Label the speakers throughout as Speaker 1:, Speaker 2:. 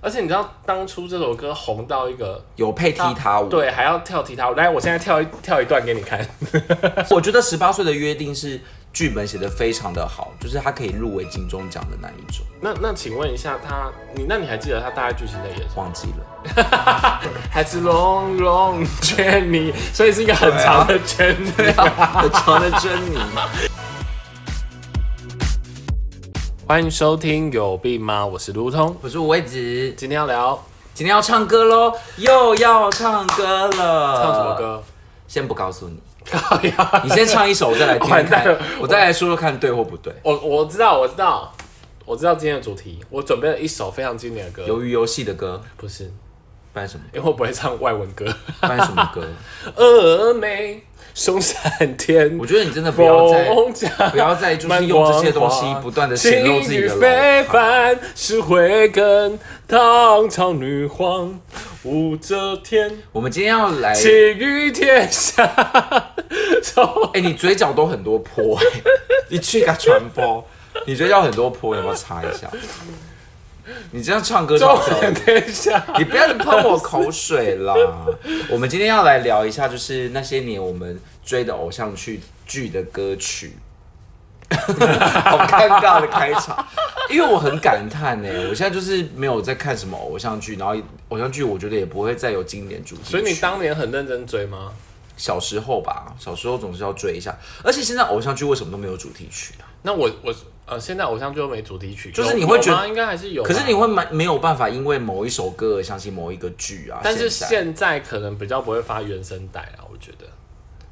Speaker 1: 而且你知道当初这首歌红到一个，
Speaker 2: 有配踢踏舞。，
Speaker 1: 对，还要跳踢踏舞。来，我现在跳一跳一段给你看。
Speaker 2: 我觉得十八岁的约定是剧本写的非常的好，就是他可以入围金钟奖的那一种，
Speaker 1: 那那请问一下他，你那你还记得他大概剧情在演什么？
Speaker 2: 忘记了。
Speaker 1: 还是龙龙 Jenny，所以是一个很长的 Jenny。
Speaker 2: 我长的珍妮，
Speaker 1: 欢迎收听有病吗？我是卢通，
Speaker 2: 我是五位子，
Speaker 1: 今天要聊
Speaker 2: 今天要唱歌喽，又要唱歌了。
Speaker 1: 唱什么？歌？
Speaker 2: 先不告诉 你，
Speaker 1: 靠呀
Speaker 2: 你先唱一首，我再来听听
Speaker 1: 完蛋
Speaker 2: 看
Speaker 1: 了，
Speaker 2: 我再来说说看对或不对。
Speaker 1: 我我知道，我知道，我知道今天的主题，我准备了一首非常经典的歌，
Speaker 2: 鱿鱼游戏的歌，
Speaker 1: 不是，
Speaker 2: 不然什么？
Speaker 1: 因为我不会唱外文歌。
Speaker 2: 不然什么歌？
Speaker 1: 峨眉松山天
Speaker 2: 我，觉得你真的不要 再
Speaker 1: 风家
Speaker 2: 不要再就是用这些东西不断的显露自己的
Speaker 1: 情非
Speaker 2: 老态。
Speaker 1: 凡，是慧根，唐朝女皇武则天，
Speaker 2: 我们今天要来，
Speaker 1: 起
Speaker 2: 哎、
Speaker 1: 于天下。 手
Speaker 2: 你嘴角都很多坡、哎你去给它传播，你嘴角很多坡，要不要擦一下？你这样唱歌
Speaker 1: 中
Speaker 2: 唱不了
Speaker 1: 原天下，
Speaker 2: 你不要喷我口水啦！我们今天要来聊一下，就是那些年我们追的偶像剧剧的歌曲。好尴尬的开场，因为我很感叹呢、我现在就是没有在看什么偶像剧，然后偶像剧我觉得也不会再有经典主题曲。
Speaker 1: 所以你当年很认真追吗？
Speaker 2: 小时候吧，小时候总是要追一下，而且现在偶像剧为什么都没有主题曲啊？
Speaker 1: 那我我呃，现在偶像剧又没主题曲，
Speaker 2: 就是
Speaker 1: 有
Speaker 2: 你会
Speaker 1: 有
Speaker 2: 觉得
Speaker 1: 吗应该还是有吧，
Speaker 2: 可是你会蛮没有办法，因为某一首歌而相信某一个剧啊。
Speaker 1: 但是
Speaker 2: 现在
Speaker 1: 现在可能比较不会发原声带啊，我觉得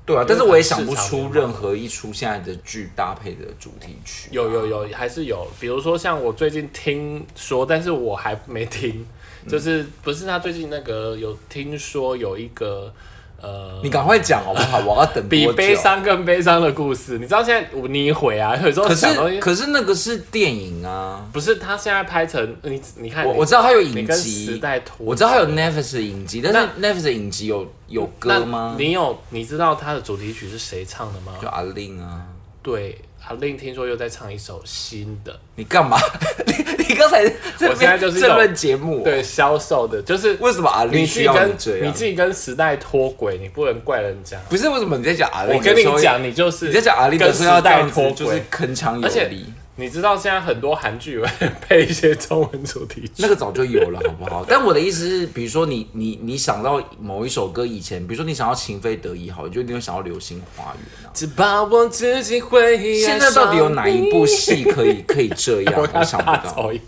Speaker 2: 对啊，但是
Speaker 1: 因为
Speaker 2: 我也
Speaker 1: 它
Speaker 2: 想
Speaker 1: 市
Speaker 2: 不
Speaker 1: 场
Speaker 2: 出
Speaker 1: 没
Speaker 2: 任何一出现在的剧搭配的主题曲。
Speaker 1: 有有有还是有，比如说像我最近听说，但是我还没听，
Speaker 2: 嗯
Speaker 1: 就是不是他最近那个有听说有一个呃。
Speaker 2: 你赶快讲好不好？我要等
Speaker 1: 比
Speaker 2: 多久
Speaker 1: 悲。伤更悲伤的故事，你知道现在我你毁啊，有时候
Speaker 2: 可
Speaker 1: 想东
Speaker 2: 是
Speaker 1: 西
Speaker 2: 可是那个是电影啊，
Speaker 1: 不是他现在拍成你你看
Speaker 2: 我
Speaker 1: 你
Speaker 2: 我知道它有
Speaker 1: 你
Speaker 2: 影
Speaker 1: 跟时
Speaker 2: 集，
Speaker 1: 代脱节，
Speaker 2: 我知道它有 Netflix 的影集，但是 Netflix 的影集有有歌吗
Speaker 1: 那？你有你知道他的主题曲是谁唱的吗？
Speaker 2: 就阿令啊，
Speaker 1: 对，阿令听说又在唱一首新的，
Speaker 2: 你干嘛？ 你你刚才这
Speaker 1: 我现在就是一种
Speaker 2: 这论节目，，啊
Speaker 1: 对销售的，就是
Speaker 2: 为什么阿令
Speaker 1: 你自
Speaker 2: 需
Speaker 1: 己
Speaker 2: 要
Speaker 1: 跟
Speaker 2: 你啊这
Speaker 1: 你
Speaker 2: 样
Speaker 1: 自？己跟时代脱轨，你不能怪人家。
Speaker 2: 不是为什么你在讲阿令？
Speaker 1: 我跟你，讲，你就
Speaker 2: 你
Speaker 1: 是
Speaker 2: 在讲阿令
Speaker 1: 跟
Speaker 2: 的
Speaker 1: 时
Speaker 2: 时候要这
Speaker 1: 代
Speaker 2: 样
Speaker 1: 脱
Speaker 2: 子，就是
Speaker 1: 轨。
Speaker 2: 铿锵
Speaker 1: 而且
Speaker 2: 有力。
Speaker 1: 你知道现在很多韩剧会配一些中文主题曲，
Speaker 2: 那个早就有了， 好不好？但我的意思是，比如说你你你想到某一首歌以前，比如说你想到《情非得已》好，你就一定会想到《流星花园》啊。
Speaker 1: 只把我自己回忆。
Speaker 2: 现在到底有哪一部？戏可以可以这 样？我想不
Speaker 1: 大
Speaker 2: 到。
Speaker 1: 走音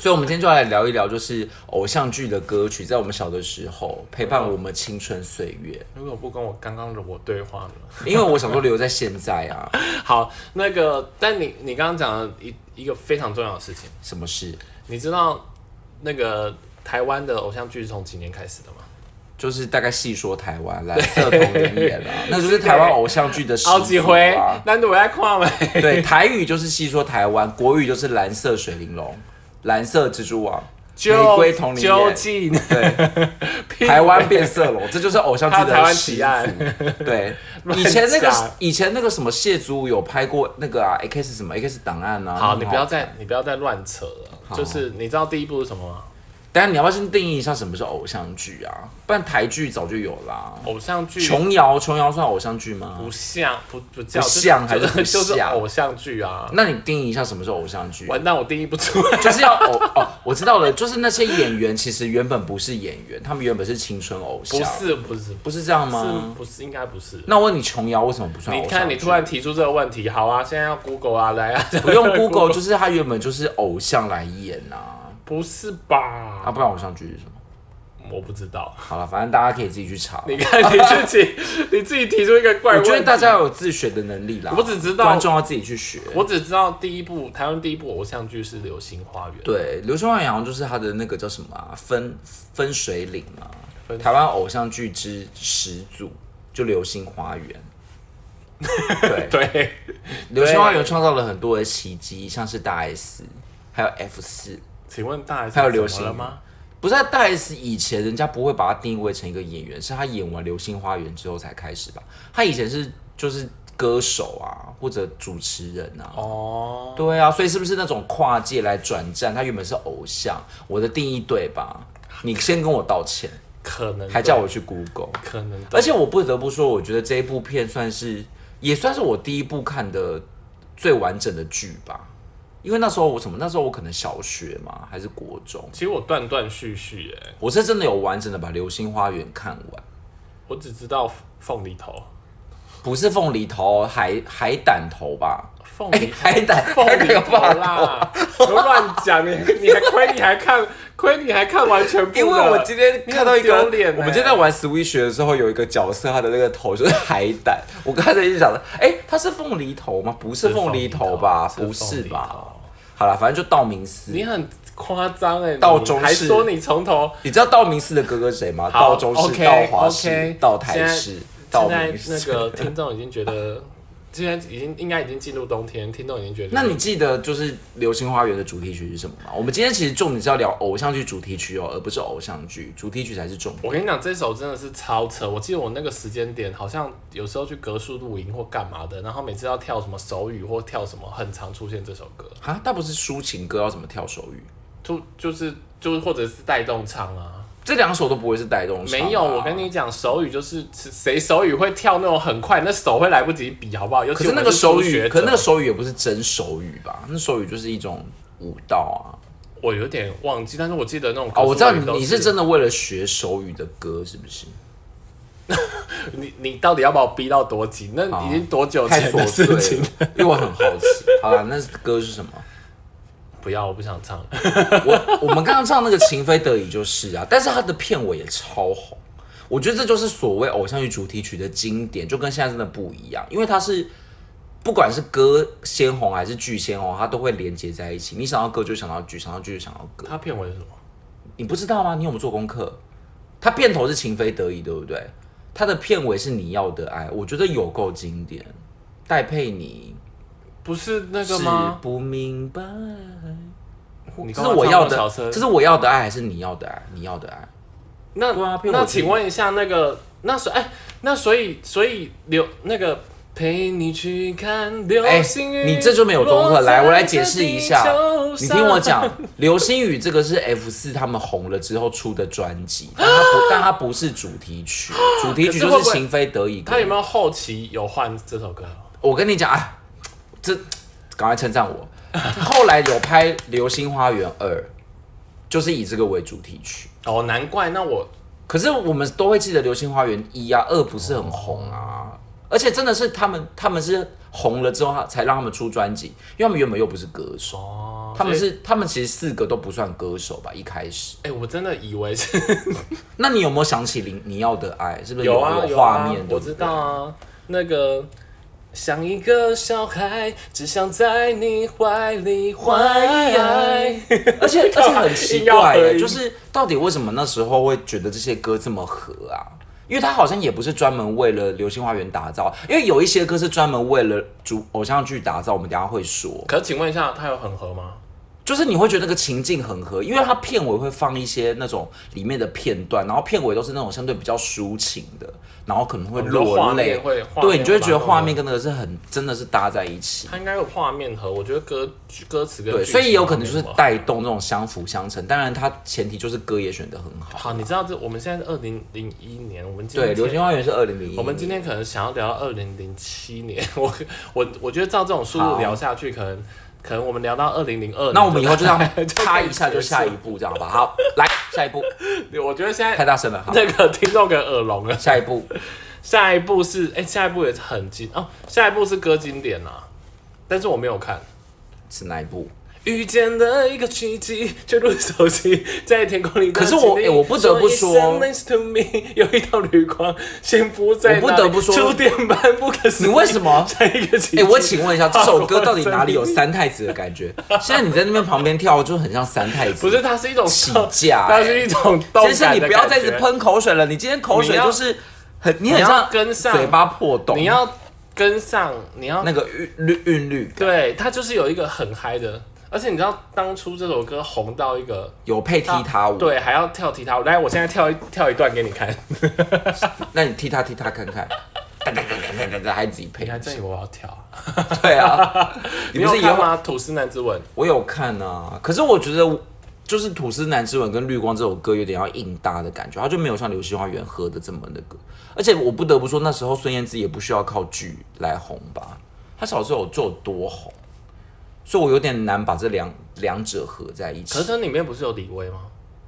Speaker 2: 所以，我们今天就来聊一聊，就是偶像剧的歌曲，在我们小的时候陪伴
Speaker 1: 嗯
Speaker 2: 我们青春岁月。
Speaker 1: 如果不跟我刚刚的我对话呢？
Speaker 2: 因为我想说留在现在啊，
Speaker 1: 好，那个，但你你刚刚讲了一一个非常重要的事情，
Speaker 2: 什么事？
Speaker 1: 你知道那个台湾的偶像剧是从几年开始的吗？
Speaker 2: 就是大概细说台湾蓝色童林演 啊，那就是台湾偶像剧的始祖
Speaker 1: 好几回
Speaker 2: 啊，。
Speaker 1: 难度我在看没？
Speaker 2: 对，台语就是细说台湾，国语就是蓝色水玲珑、蓝色蜘蛛网、玫瑰同林
Speaker 1: 究
Speaker 2: 眼，
Speaker 1: 竟
Speaker 2: 对，
Speaker 1: 屁
Speaker 2: 台湾变色龙，这就是偶像剧
Speaker 1: 他台
Speaker 2: 的
Speaker 1: 湾
Speaker 2: 始
Speaker 1: 起
Speaker 2: 祖
Speaker 1: 案。
Speaker 2: 对，
Speaker 1: 乱
Speaker 2: 以前那
Speaker 1: 讲
Speaker 2: 个以前那个什么谢祖武有拍过那个啊，X 什么 X 档案啊。
Speaker 1: 好，你不要
Speaker 2: 再，
Speaker 1: 再你不要再乱扯了。就是你知道第一部是什么吗？
Speaker 2: 但是你要不要先定义一下什么是偶像剧啊？不然台剧早就有啦。
Speaker 1: 偶像剧
Speaker 2: 琼瑶，琼瑶算偶像剧吗？
Speaker 1: 不像不不叫
Speaker 2: 不像
Speaker 1: 就
Speaker 2: 还是不
Speaker 1: 就就是
Speaker 2: 像
Speaker 1: 偶像剧啊。
Speaker 2: 那你定义一下什么是偶像剧？
Speaker 1: 完蛋，我定义不出 来。
Speaker 2: 就是要偶哦，我知道了，就是那些演员其实原本不是演员，他们原本是青春偶像，
Speaker 1: 不是不是不
Speaker 2: 不是这样
Speaker 1: 是
Speaker 2: 吗？
Speaker 1: 不是应该不是。
Speaker 2: 那我问你，琼瑶为什么不算偶
Speaker 1: 你
Speaker 2: 像剧？
Speaker 1: 看，你突然提出这个问题，好啊，现在要 Google 啊，来 啊，
Speaker 2: 不用 Google，就是他原本就是偶像来演啊，
Speaker 1: 不是吧？
Speaker 2: 啊，不然偶像剧是什么？
Speaker 1: 我不知道，
Speaker 2: 好了，反正大家可以自己去查。
Speaker 1: 你看你自 己，你自己提出一个怪
Speaker 2: 我
Speaker 1: 问题。
Speaker 2: 觉得大家有自学的能力啦，
Speaker 1: 我只知道
Speaker 2: 观众要自己去学。
Speaker 1: 我只知道第一部台湾第一部偶像剧是《流星花园》，
Speaker 2: 对，刘春华好像就是他的那个叫什么啊，分分水岭啊
Speaker 1: 分，
Speaker 2: 台湾偶像剧之始祖，就《流星花园》。 对，
Speaker 1: 对，
Speaker 2: 流星花园创造了很多的奇迹，像是大 S，还有 F 四。
Speaker 1: 请问大 S
Speaker 2: 还有流
Speaker 1: 怎
Speaker 2: 星
Speaker 1: 么了吗？
Speaker 2: 不是啊大 S 以前人家不会把她定位成一个演员，是她演完《流星花园》之后才开始吧？她以前是就是歌手啊，或者主持人啊。
Speaker 1: 哦，
Speaker 2: 对啊，所以是不是那种跨界来转战？他原本是偶像，我的定义对吧？你先跟我道歉，
Speaker 1: 可能
Speaker 2: 还叫
Speaker 1: 对
Speaker 2: 我去 Google。
Speaker 1: 可能对，
Speaker 2: 而且我不得不说，我觉得这一部片算是也算是我第一部看的最完整的剧吧。因为那时候我什么？那时候我可能小学嘛，还是国中，
Speaker 1: 其实我断断续续哎，
Speaker 2: 我是真的有完整的把《流星花园》看完，
Speaker 1: 我只知道凤梨头，
Speaker 2: 不是凤梨头，海海胆头吧？
Speaker 1: 凤
Speaker 2: 哎、
Speaker 1: 梨头
Speaker 2: 海胆，
Speaker 1: 凤
Speaker 2: 海胆
Speaker 1: 梨
Speaker 2: 有
Speaker 1: 头
Speaker 2: 办法头
Speaker 1: 啦，不要乱讲你，你还亏你还看，亏你还看完全部的，
Speaker 2: 因为我今天看到一
Speaker 1: 你
Speaker 2: 个，
Speaker 1: 很丢脸欸
Speaker 2: 我们今天在玩 Switch 的时候，有一个角色，他的那个头就是海胆。我刚才一直想着，哎、他是凤梨头吗？不是凤梨头吧？
Speaker 1: 是凤
Speaker 2: 不
Speaker 1: 梨头
Speaker 2: 是吧？？好了，反正就道明寺。
Speaker 1: 你很夸张哎，
Speaker 2: 道
Speaker 1: 你
Speaker 2: 中
Speaker 1: 还
Speaker 2: 式
Speaker 1: 说你从头
Speaker 2: 你知道道明寺的哥哥谁吗？
Speaker 1: 好
Speaker 2: 道中士、
Speaker 1: OK，
Speaker 2: 道华士
Speaker 1: OK，、
Speaker 2: 道台士
Speaker 1: 现、
Speaker 2: 道
Speaker 1: 现在
Speaker 2: 明
Speaker 1: 那
Speaker 2: 寺。
Speaker 1: 个听众已经觉得，现在已经应该已经进入冬天，听众已经觉得，
Speaker 2: 那你记得就是《流星花园》的主题曲是什么吗？我们今天其实重点是要聊偶像剧主题曲哦，而不是偶像剧，主题曲才是重点。
Speaker 1: 我跟你讲，这首真的是超扯。我记得我那个时间点，好像有时候去格数露营或干嘛的，然后每次要跳什么手语或跳什么，很常出现这首歌，
Speaker 2: 啊，那不是抒情歌，要怎么跳手语？
Speaker 1: 就就是就是或者是带动唱啊。
Speaker 2: 这两首都不会是带动唱啊、
Speaker 1: 没有，我跟你讲，手语就是谁手语会跳那种很快，那手会来不及比，好不好？尤
Speaker 2: 可
Speaker 1: 其
Speaker 2: 是
Speaker 1: 我
Speaker 2: 那
Speaker 1: 们
Speaker 2: 个手
Speaker 1: 初学
Speaker 2: 语，
Speaker 1: 者
Speaker 2: 可是那个手语也不是真手语吧？那手语就是一种舞蹈啊
Speaker 1: 我有点忘记，但是我记得那种
Speaker 2: 啊。哦，我知道
Speaker 1: 格
Speaker 2: 你
Speaker 1: 数露营都
Speaker 2: 你是真的为了学手语的歌，是不是？
Speaker 1: 你你到底要把我逼到多紧？那已经多久
Speaker 2: 哦太
Speaker 1: 前的
Speaker 2: 琐碎
Speaker 1: 事情
Speaker 2: 了？，因为我很好 奇。好了，那歌是什么？
Speaker 1: 不要，我不想唱。
Speaker 2: 我我们刚刚唱那个《情非得已》就是啊，但是它的片尾也超红。我觉得这就是所谓偶像剧主题曲的经典，就跟现在真的不一样，因为它是不管是歌先红还是剧先红，它都会连接在一起。你想到歌就想到剧，想到剧就想到歌。
Speaker 1: 他骗我是什么？
Speaker 2: 你不知道吗？你有没有做功课？它片头是情非得已，对不对？它的片尾是你要的爱，我觉得有够经典。戴佩妮
Speaker 1: 不是那
Speaker 2: 是
Speaker 1: 个吗？
Speaker 2: 不明白，
Speaker 1: 你
Speaker 2: 这
Speaker 1: 干
Speaker 2: 是
Speaker 1: 嘛
Speaker 2: 我
Speaker 1: 唱
Speaker 2: 要
Speaker 1: 那么小
Speaker 2: 的，
Speaker 1: 声
Speaker 2: 这是我要的爱还是你要的爱？你要的爱，
Speaker 1: 那
Speaker 2: 对啊骗我
Speaker 1: 那
Speaker 2: 自
Speaker 1: 请
Speaker 2: 己
Speaker 1: 问一下，那个那所哎、那所以所以流那个陪你去看流
Speaker 2: 哎、
Speaker 1: 星雨、
Speaker 2: 你这就没有功课。来，我来解释一下
Speaker 1: 落在，地球
Speaker 2: 你
Speaker 1: 上
Speaker 2: 听我。讲，流星雨这个是 F 四他们红了之后出的专辑，但它不，但它不是主题 曲，主题曲
Speaker 1: 可是会
Speaker 2: 就
Speaker 1: 不
Speaker 2: 是
Speaker 1: 会
Speaker 2: 情非得已。
Speaker 1: 他有没有后期有换这首歌？
Speaker 2: 我跟你讲啊，这赶快称赞我。 后来有拍《流星花园二》，就是以这个为主题曲。
Speaker 1: 哦，难怪。那我
Speaker 2: 可是我们都会记得《流星花园一》啊，二不是很红啊。而且真的是他们，他们是红了之后才让他们出专辑，因为他们原本又不是歌手，
Speaker 1: 哦，
Speaker 2: 他们
Speaker 1: 所以
Speaker 2: 是他们其实四个都不算歌手吧，一开始。
Speaker 1: 哎、我真的以为 是
Speaker 2: 那你有没有想起林你要的爱？是不是有
Speaker 1: 啊
Speaker 2: 有
Speaker 1: 有
Speaker 2: 画
Speaker 1: 啊
Speaker 2: 面？对
Speaker 1: 我
Speaker 2: 不
Speaker 1: 知
Speaker 2: 对
Speaker 1: 道啊，那个。像一个小孩，只想在你怀里怀。
Speaker 2: 而且而且很奇
Speaker 1: 硬
Speaker 2: 怪
Speaker 1: 要合
Speaker 2: 耶，
Speaker 1: 音
Speaker 2: 就是到底为什么那时候会觉得这些歌这么合啊？因为它好像也不是专门为了《流星花园》打造，因为有一些歌是专门为了主偶像剧打造。我们等一下会说，
Speaker 1: 可请问一下，他有很合吗？
Speaker 2: 就是你会觉得那个情境很合，因为它片尾会放一些那种里面的片段，然后片尾都是那种相对比较抒情的，然后可能会
Speaker 1: 很多画
Speaker 2: 落泪
Speaker 1: 面，会，画
Speaker 2: 对
Speaker 1: 面
Speaker 2: 你就会
Speaker 1: 把
Speaker 2: 觉得
Speaker 1: 它
Speaker 2: 画面跟那个是很真的是搭在一起。
Speaker 1: 它应该有画面和，我觉得歌剧歌词跟
Speaker 2: 对，
Speaker 1: 剧情
Speaker 2: 所以也有可能就是
Speaker 1: 没有吧
Speaker 2: 带动这种相辅相成。当然，它前提就是歌也选得很好。
Speaker 1: 好，你知道这我们现在是二零零一年，我们今
Speaker 2: 对，《
Speaker 1: 天
Speaker 2: 流星花园》是二零零一。
Speaker 1: 我们今天可能想要聊到二零零七年， 我我我觉得照这种速
Speaker 2: 好
Speaker 1: 度聊下去，可能可能我们聊到二零零二，
Speaker 2: 那我们以后就这 样啪
Speaker 1: 可以
Speaker 2: 一下就
Speaker 1: 结
Speaker 2: 下一步，这样好吧？好，来下一步，
Speaker 1: 束，我觉得现在
Speaker 2: 太大声了，好，
Speaker 1: 那个听众跟耳聋了。
Speaker 2: 下一步
Speaker 1: 下一步是哎、下一步也是很经哦，下一步是歌经典啊，但是我没有看。
Speaker 2: 是哪一步？
Speaker 1: 遇见了一个奇迹，却不熟悉，在天空里的
Speaker 2: 可是我
Speaker 1: 精灵
Speaker 2: 欸我不得不说
Speaker 1: 一声 nice to me，有 一道绿光，幸福在哪里
Speaker 2: 我不得不说
Speaker 1: 触电般不可思议。
Speaker 2: 你为什么
Speaker 1: 在一个奇迹？
Speaker 2: 哎、我请 问一下，这首歌到底哪里有三太子的感觉？现在你在那边旁边跳，就很像三太子。
Speaker 1: 不是，它是一种
Speaker 2: 起价
Speaker 1: 它
Speaker 2: 欸
Speaker 1: 是一种动
Speaker 2: 先
Speaker 1: 感
Speaker 2: 生，你不要再一直
Speaker 1: 的感觉，
Speaker 2: 喷口水了，你今天口水
Speaker 1: 你要
Speaker 2: 就是很，你很
Speaker 1: 你要
Speaker 2: 像
Speaker 1: 跟上
Speaker 2: 嘴巴破洞，
Speaker 1: 你要跟上，你要
Speaker 2: 那个韵律韵律感
Speaker 1: 对它就是有一个很嗨的，而且你知道当初这首歌红到一个。
Speaker 2: 有配踢踏舞，
Speaker 1: 啊对，还要跳踢踏舞。来，我现在跳一跳一段给你看。
Speaker 2: 那你踢踏踢踏看看。 哒哒哒还自己 配
Speaker 1: 你。还真以为我要跳啊？
Speaker 2: 对啊，你不
Speaker 1: 有
Speaker 2: 是以后
Speaker 1: 看吗？吐司男之吻，
Speaker 2: 我有看啊，可是我觉得就是《吐司男之吻》跟《绿光》这首歌有点要硬搭的感觉，它就没有像《流星花园》喝的这么那个。而且我不得不说，那时候孙燕姿也不需要靠剧来红吧，她小时候有就有多红，所以我有点难把这两两者合在一
Speaker 1: 可
Speaker 2: 起
Speaker 1: 是。它里面不是有李威吗？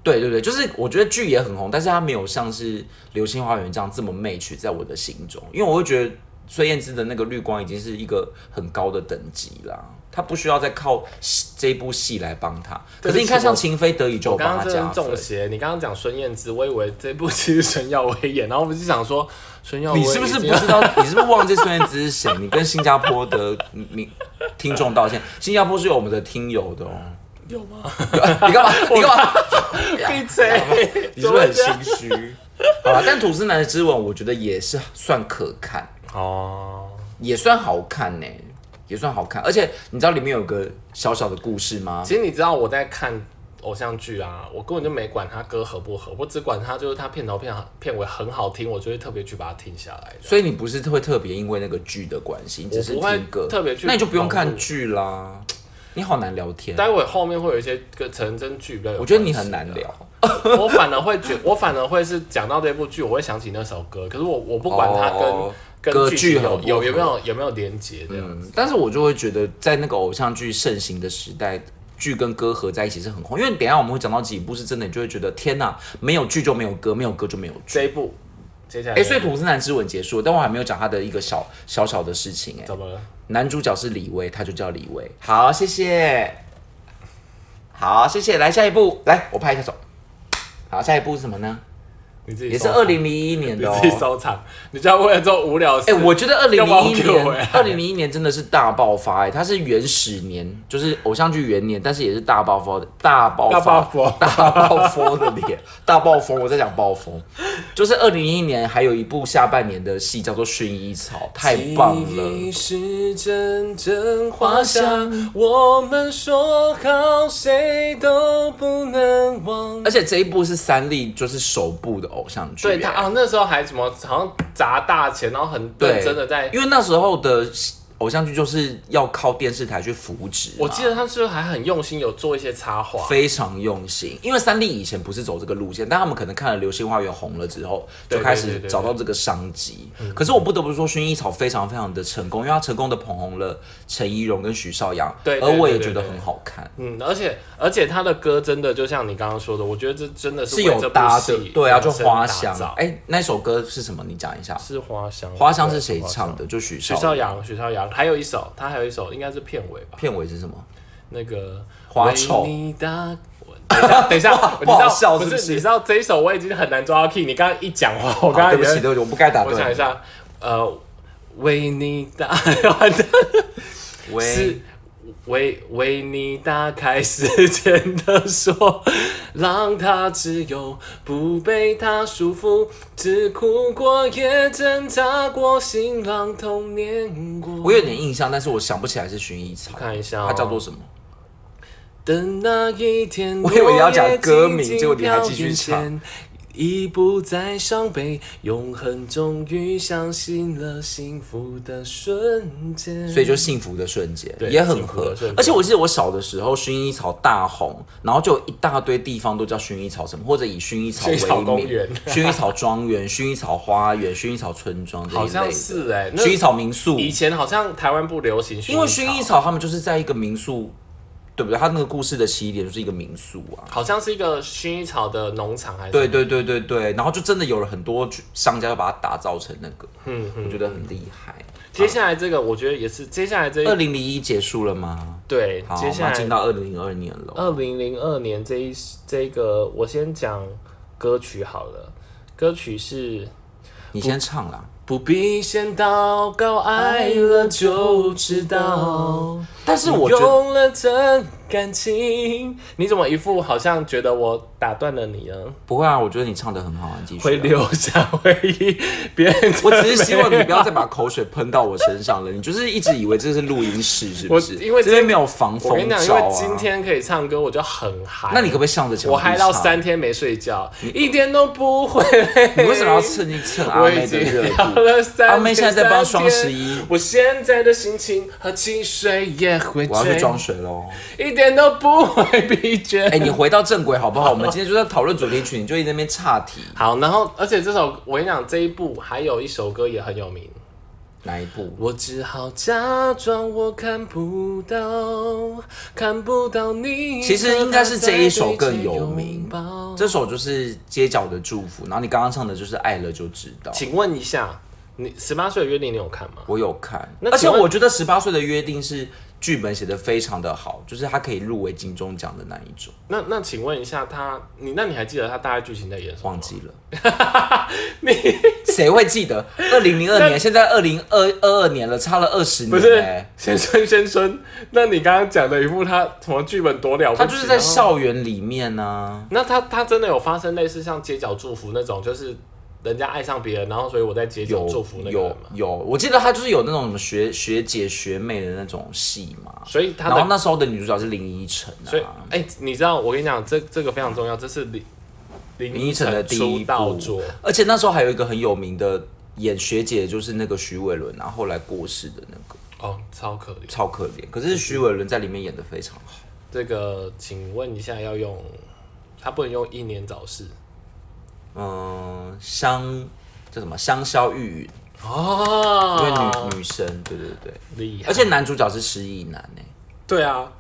Speaker 2: 对对对，就是我觉得剧也很红，但是它没有像是《流星花园》这样这么 match 在我的心中，因为我会觉得孙燕姿的那个绿光已经是一个很高的等级啦，她不需要再靠戏这部戏来帮她。可
Speaker 1: 对不起
Speaker 2: 是你看像《情非得已》就有
Speaker 1: 我刚
Speaker 2: 帮
Speaker 1: 刚
Speaker 2: 她
Speaker 1: 真的
Speaker 2: 加
Speaker 1: 是中
Speaker 2: 分，
Speaker 1: 邪，你刚刚讲孙燕姿，我以为这部戏是孙耀威 演，然后我就想说孙耀威
Speaker 2: 你
Speaker 1: 已经，
Speaker 2: 是不是不知道？你是不是忘记孙燕姿是谁？你跟新加坡的你听众道歉，新加坡是有我们的听友的哦。
Speaker 1: 有吗？
Speaker 2: 你 干嘛？你干嘛？
Speaker 1: 闭嘴！
Speaker 2: 你是不是很心虚？好了，但《吐司男的之吻》我觉得也是算可看。
Speaker 1: 哦，
Speaker 2: 也算好看呢、也算好看。而且你知道里面有个小小的故事吗？
Speaker 1: 其实你知道我在看偶像剧啊，我根本就没管他歌合不合，我只管他就是他片头片片尾很好听，我就会特别去把它听下来的。
Speaker 2: 所以你不是会特别因为那个剧的关系，你只是
Speaker 1: 我不会
Speaker 2: 听歌，
Speaker 1: 特别去
Speaker 2: 那你就不用
Speaker 1: 投
Speaker 2: 看
Speaker 1: 入
Speaker 2: 剧啦。你好难聊天，哦
Speaker 1: 待会后面会有一些跟成真剧比较有
Speaker 2: 我
Speaker 1: 关
Speaker 2: 觉
Speaker 1: 系
Speaker 2: 得你很难聊。
Speaker 1: 我反而会觉，我反而会是讲到这部剧，我会想起那首歌。可是我我不管它跟、
Speaker 2: 哦歌
Speaker 1: 跟
Speaker 2: 剧
Speaker 1: 剧情
Speaker 2: 合
Speaker 1: 有
Speaker 2: 不
Speaker 1: 有
Speaker 2: 合
Speaker 1: 有没有有没有连接这样。
Speaker 2: 嗯，但是我就会觉得，在那个偶像剧盛行的时代，剧跟歌合在一起是很红。因为等一下我们会讲到几部是真的，你就会觉得天哪，没有剧就没有歌，没有歌就没有剧。
Speaker 1: 这一部接下来
Speaker 2: 哎、所以《吐司男之吻》结束了，但我还没有讲他的一个小小小的事情、哎，
Speaker 1: 怎么了？
Speaker 2: 男主角是李威，他就叫李威。好，谢谢。好，谢谢。来下一步，来我拍一下手。好，下一步是什么呢？
Speaker 1: 你自己
Speaker 2: 也是
Speaker 1: 收
Speaker 2: 二
Speaker 1: 藏
Speaker 2: 零零一年
Speaker 1: 你
Speaker 2: 的哦。
Speaker 1: 自己收藏，你就要为了这种无聊事。
Speaker 2: 哎、我觉得二零
Speaker 1: 要不要
Speaker 2: 零一
Speaker 1: 给我
Speaker 2: 年
Speaker 1: 呀，
Speaker 2: 二零零一年真的是大爆发哎、它是原始年，就是偶像剧元年，但是也是大爆发的大爆
Speaker 1: 大爆发
Speaker 2: 发大爆风的脸， 大暴风，我在讲暴风，就是二零零一年还有一部下半年的戏叫做《薰衣草》，太棒了。
Speaker 1: 记忆是阵阵花香，我们说好谁都不能忘。
Speaker 2: 而且这一部是三立就是首部的偶像剧、
Speaker 1: 对他
Speaker 2: 欸
Speaker 1: 啊，那时候还什么好像砸大钱，然后很认真的在。
Speaker 2: 因为那时候的偶像剧就是要靠电视台去扶植嘛，
Speaker 1: 我记得他是不是还很用心有做一些插画？
Speaker 2: 非常用心，因为三立以前不是走这个路线，但他们可能看了《流星花园》红了之后，
Speaker 1: 对
Speaker 2: 就开
Speaker 1: 对
Speaker 2: 始
Speaker 1: 对对嗯
Speaker 2: 找到这个商机。可是我不得不说，薰衣草非常非常的成功，因为它成功的捧红了陈怡蓉跟徐少阳，
Speaker 1: 对对
Speaker 2: 而我也
Speaker 1: 对对
Speaker 2: 觉得
Speaker 1: 对
Speaker 2: 很好看，
Speaker 1: 嗯，而且而且他的歌真的就像你刚刚说的，我觉得这真的
Speaker 2: 是
Speaker 1: 为
Speaker 2: 有
Speaker 1: 这部
Speaker 2: 搭的
Speaker 1: 戏，
Speaker 2: 对啊，就
Speaker 1: 量身
Speaker 2: 花
Speaker 1: 打
Speaker 2: 香
Speaker 1: 造。
Speaker 2: 哎、那首歌是什么？你讲一下。
Speaker 1: 是花香。
Speaker 2: 花香是
Speaker 1: 对
Speaker 2: 谁
Speaker 1: 花
Speaker 2: 唱
Speaker 1: 香
Speaker 2: 的？就许
Speaker 1: 许
Speaker 2: 绍
Speaker 1: 绍洋，许绍洋，还有一首，他还有一首应该是片尾吧，
Speaker 2: 片尾是什么？
Speaker 1: 那个
Speaker 2: 花丑
Speaker 1: 为你打我等一 下，等一下，你知
Speaker 2: 不好
Speaker 1: 道
Speaker 2: 笑
Speaker 1: 不
Speaker 2: 是不是
Speaker 1: 你知道这一首我已经很难抓到 key，你刚刚一讲话，我
Speaker 2: 我
Speaker 1: 刚刚
Speaker 2: 对
Speaker 1: 以
Speaker 2: 不
Speaker 1: 为
Speaker 2: 起，对不起，我不该打
Speaker 1: 我想一
Speaker 2: 断。
Speaker 1: 下，呃，为你打， 完蛋是
Speaker 2: 喂，
Speaker 1: 为为你打开时间的锁，让它自由，不被它束缚。只哭过，也挣扎过，心让童年
Speaker 2: 我
Speaker 1: 过。
Speaker 2: 有点印象，但是我想不起来是薰衣草，
Speaker 1: 看一下、哦，
Speaker 2: 它叫做什么？
Speaker 1: 等那一天，
Speaker 2: 我以为要讲
Speaker 1: 落叶
Speaker 2: 歌名
Speaker 1: 静静
Speaker 2: 结果你还继续
Speaker 1: 飘眼前
Speaker 2: 唱。
Speaker 1: 已不再伤悲，永恒终于相信了幸福的瞬间。
Speaker 2: 所以就幸福的瞬间
Speaker 1: 对
Speaker 2: 也很
Speaker 1: 幸福
Speaker 2: 合
Speaker 1: 的瞬间，
Speaker 2: 而且我记得我小的时候，薰衣草大红，然后就有一大堆地方都叫薰衣草什么，或者以薰衣草
Speaker 1: 薰衣草
Speaker 2: 为
Speaker 1: 公
Speaker 2: 名
Speaker 1: 园，
Speaker 2: 薰衣草庄园、薰衣草花园、薰衣草村庄这一
Speaker 1: 好
Speaker 2: 类的
Speaker 1: 像，是哎、那
Speaker 2: 薰衣草民宿，
Speaker 1: 以前好像台湾不流行薰衣草，
Speaker 2: 因为薰衣草他们就是在一个民宿，对不对？他那个故事的起点就是一个民宿啊。
Speaker 1: 好像是一个薰衣草的农场还是
Speaker 2: 对对对对对，然后就真的有了很多商家要把它打造成那个，嗯，我觉得很厉害。
Speaker 1: 接下来这个我觉得也是接下来这
Speaker 2: 二
Speaker 1: 一
Speaker 2: 零零一结束了吗？
Speaker 1: 对
Speaker 2: 好，
Speaker 1: 接
Speaker 2: 我们
Speaker 1: 下
Speaker 2: 要进
Speaker 1: 来哦
Speaker 2: 到二零零二年了。
Speaker 1: 二零零二年这一这个我先讲歌曲好了，歌曲是
Speaker 2: 你先唱啦。
Speaker 1: 不必先祷告，爱了就知道。
Speaker 2: 但是我觉得
Speaker 1: 用了真感情，你怎么一副好像觉得我打断了你呢？
Speaker 2: 不会啊，我觉得你唱的很好啊，你继续、
Speaker 1: 会
Speaker 2: 啊。
Speaker 1: 留下回忆，别 人
Speaker 2: 我只是希望你不要再把口水喷到我身上了。你就是一直以为这是录音室，是不是？
Speaker 1: 我因为
Speaker 2: 这边没有防
Speaker 1: 我跟
Speaker 2: 风
Speaker 1: 你讲，因
Speaker 2: 罩
Speaker 1: 为
Speaker 2: 啊。
Speaker 1: 今天可以唱歌，我就很嗨。
Speaker 2: 那你可不可以向着墙壁
Speaker 1: 我嗨到
Speaker 2: 唱？
Speaker 1: 三天没睡觉，一点都不会。
Speaker 2: 你为什么要蹭一蹭阿妹的热度？
Speaker 1: 了三
Speaker 2: 阿妹
Speaker 1: 天
Speaker 2: 现在在帮
Speaker 1: 三
Speaker 2: 双
Speaker 1: 天
Speaker 2: 十一
Speaker 1: 我现在的心情和汽水也会
Speaker 2: 我要去
Speaker 1: 醉，
Speaker 2: 装水喽。
Speaker 1: 一点都不会疲倦。
Speaker 2: 哎、你回到正轨好不好？我们今天就在讨论主题曲，你就一直在那边岔题。
Speaker 1: 好，然后而且这首我跟你讲，这一部还有一首歌也很有名，
Speaker 2: 哪一部？
Speaker 1: 我只好假装我看不到，看不到你。
Speaker 2: 其实应该是这一首更
Speaker 1: 和
Speaker 2: 有名
Speaker 1: 他在一起拥抱
Speaker 2: 这首就是街角的祝福，然后你刚刚唱的就是爱了就知道。
Speaker 1: 请问一下，你十八岁的约定你有看吗？
Speaker 2: 我有看，
Speaker 1: 那
Speaker 2: 而且
Speaker 1: 请问
Speaker 2: 我觉得十八岁的约定是剧本写的非常的好，就是他可以入围金钟奖的那一种。
Speaker 1: 那那请问一下他，你那你还记得他大概剧情在演 什么？
Speaker 2: 忘记了，谁会 记得？二零零二年，现在二零二二二年了，差了二十
Speaker 1: 不
Speaker 2: 年、
Speaker 1: 是
Speaker 2: 欸。
Speaker 1: 先生先生，那你刚刚讲的一部他什么剧本多了不起？
Speaker 2: 他就是在
Speaker 1: 然后
Speaker 2: 校园里面啊呢、
Speaker 1: 那他他真的有发生类似像街角祝福那种，就是人家爱上别人，然后所以我在街角
Speaker 2: 有
Speaker 1: 祝福那个人
Speaker 2: 有
Speaker 1: 嘛。
Speaker 2: 有，我记得他就是有那种什么学学姐学妹的那种戏嘛。
Speaker 1: 所以他
Speaker 2: 然后
Speaker 1: 的，
Speaker 2: 那时候的女主角是林依晨
Speaker 1: 所以
Speaker 2: 啊，
Speaker 1: 哎、你知道我跟你讲，这这个非常重要，这是林林
Speaker 2: 林依晨
Speaker 1: 晨
Speaker 2: 的第一
Speaker 1: 出道
Speaker 2: 部
Speaker 1: 作。，
Speaker 2: 而且那时候还有一个很有名的演学姐，就是那个徐伟伦，然后后来过世的那个，
Speaker 1: 哦，超可怜。
Speaker 2: 超可怜。可是徐伟伦在里面演的非常好，
Speaker 1: 这个，请问一下，要用他不能用英年早逝
Speaker 2: 嗯，香叫什么香消玉殒，因为
Speaker 1: 哦，
Speaker 2: 女女生，对对对，
Speaker 1: 厉害
Speaker 2: 而。且男主角是失忆男哎、
Speaker 1: 对啊，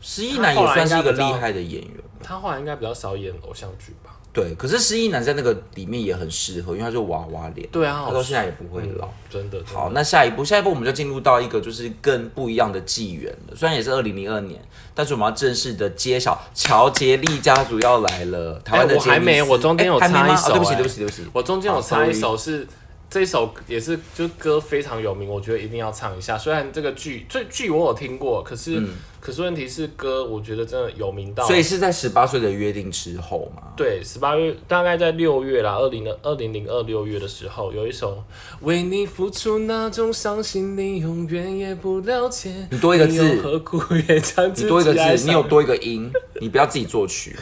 Speaker 2: 失忆男也算是一个厉害的演员。
Speaker 1: 他后来应该比较少演偶像剧吧？
Speaker 2: 对，可是失忆男在那个里面也很适合，因为他就娃娃脸，
Speaker 1: 对啊，
Speaker 2: 他到现在也不会老。
Speaker 1: 真的。真的
Speaker 2: 好，，那下一步，下一步我们就进入到一个就是更不一样的纪元了。虽然也是二零零二年，但是我们要正式的揭晓乔杰利家族要来了。台湾的
Speaker 1: 哎我还
Speaker 2: 杰尼斯
Speaker 1: 没我中间有
Speaker 2: 哎还没
Speaker 1: 插一
Speaker 2: 吗
Speaker 1: 首
Speaker 2: 哦对不起，
Speaker 1: 哎
Speaker 2: 对不起，对不起。
Speaker 1: 我中间有
Speaker 2: 好
Speaker 1: 插一
Speaker 2: ，sorry
Speaker 1: 首是。这首也是，就歌非常有名，我觉得一定要唱一下。虽然这个剧，这剧我有听过，可是、可是问题是歌，我觉得真的有名到。
Speaker 2: 嗯所以是在十八岁的约定之后嘛？
Speaker 1: 对，十八月大概在六月啦，二零的二零零二六月的时候，有一首《为你付出那种伤心，你永远也不了解》。
Speaker 2: 你多一个字
Speaker 1: 你又何苦也将自
Speaker 2: 你多一个
Speaker 1: 己爱
Speaker 2: 字，
Speaker 1: 上
Speaker 2: 你有多一个音，你不要自己 作曲。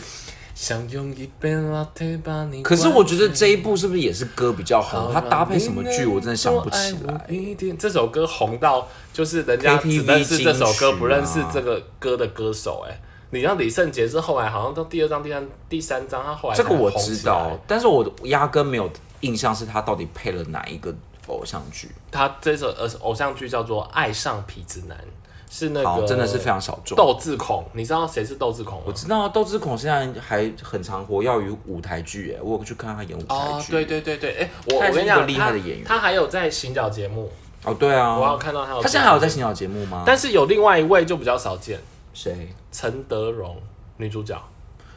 Speaker 1: 想用一杯 latte 把你灌醉。
Speaker 2: 可是我觉得这一部是不是也是歌比较
Speaker 1: 好
Speaker 2: 红？它搭配什么剧，我真的想不起
Speaker 1: 让你能够
Speaker 2: 来
Speaker 1: 爱。我一点。这首歌红到就是人家
Speaker 2: KTV
Speaker 1: 只认识这首
Speaker 2: 金曲
Speaker 1: 歌，
Speaker 2: 啊
Speaker 1: 不认识这个歌的歌手、哎，你让李圣杰是后来好像到第二张、第三、第三张，他后来
Speaker 2: 这个我
Speaker 1: 才红
Speaker 2: 知
Speaker 1: 起来
Speaker 2: 道，，但是我压根没有印象是他到底配了哪一个偶像剧。
Speaker 1: 他这首呃偶像剧叫做《爱上痞子男》，是那
Speaker 2: 好，
Speaker 1: 个
Speaker 2: 哦真的是非常小众。
Speaker 1: 斗志孔，你知道谁是斗志孔吗？
Speaker 2: 知道啊窦智孔现在还很常活跃于舞台剧，哎，我有去看他演舞台
Speaker 1: 哦，
Speaker 2: 剧。
Speaker 1: 对对对对，哎、我
Speaker 2: 他也
Speaker 1: 我跟
Speaker 2: 是一
Speaker 1: 你
Speaker 2: 个
Speaker 1: 讲，
Speaker 2: 厉害的演员
Speaker 1: 他他还有在行脚节目，
Speaker 2: 哦，对啊，
Speaker 1: 我有看到他有，
Speaker 2: 他现在还有在，行脚节目吗？
Speaker 1: 但是有另外一位就比较少见，
Speaker 2: 谁？
Speaker 1: 陈德容女主角。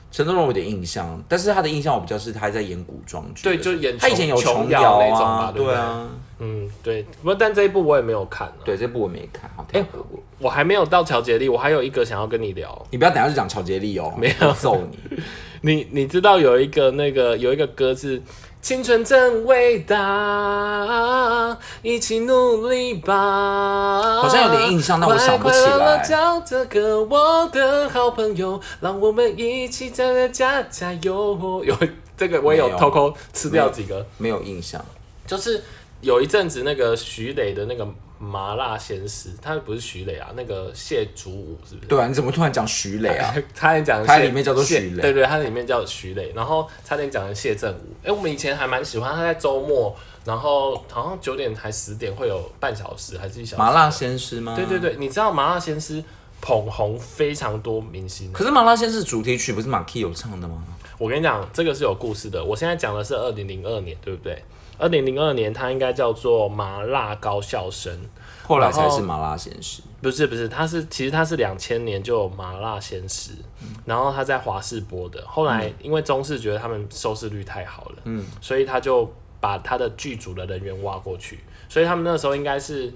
Speaker 2: 陈德容有点印象，但是他的印象我比较是他还在演古装剧的时
Speaker 1: 对
Speaker 2: 候，
Speaker 1: 就演
Speaker 2: 他以前有
Speaker 1: 琼
Speaker 2: 琼
Speaker 1: 瑶
Speaker 2: 瑶
Speaker 1: 那种
Speaker 2: 啊
Speaker 1: 吧，对不对
Speaker 2: 啊，
Speaker 1: 嗯，对，不，但这一部我也没有看、啊，
Speaker 2: 对这部我没看，好
Speaker 1: 哎
Speaker 2: 跳过。
Speaker 1: 我还没有到乔杰利，我还有一个想要跟你聊。
Speaker 2: 你不要等下就讲乔杰利哦，没有揍你。
Speaker 1: 你你知道有一个那个有一个歌是“青春真伟大，一起努力吧”，
Speaker 2: 好像有点印象但我想不起来
Speaker 1: 快快乐乐找这个我的好朋友，让我们一起加加加加油！有这个我也
Speaker 2: 没有
Speaker 1: 有偷偷吃掉几个，
Speaker 2: 没有印象，
Speaker 1: 就是有一阵子那个徐磊的那个麻辣鲜师，他不是徐磊啊，那个谢祖武是不是？
Speaker 2: 对啊，你怎么突然讲徐磊 啊？
Speaker 1: 差点讲谢，
Speaker 2: 它里面叫做徐磊
Speaker 1: 谢对对，它里面叫徐磊，然后差点讲成谢振武。哎、我们以前还蛮喜欢他在周末，然后好像九点还十点会有半小时还是一小时。
Speaker 2: 麻辣鲜师吗？
Speaker 1: 对对。对，你知道麻辣鲜师捧红非常多明星。
Speaker 2: 可是麻辣鲜师主题曲不是马 k 有唱的吗？
Speaker 1: 我跟你讲，这个是有故事的。我现在讲的是二零零二年，对不对？二零零二年，它应该叫做麻辣高校生。
Speaker 2: 后来才
Speaker 1: 然后
Speaker 2: 是麻辣鲜师。
Speaker 1: 不是不是，它是其实它是两千年就有麻辣鲜师，然后它在华视播的。后来因为中视觉得他们收视率太好了，嗯，所以他就把他的剧组的人员挖过去，所以他们那时候应该是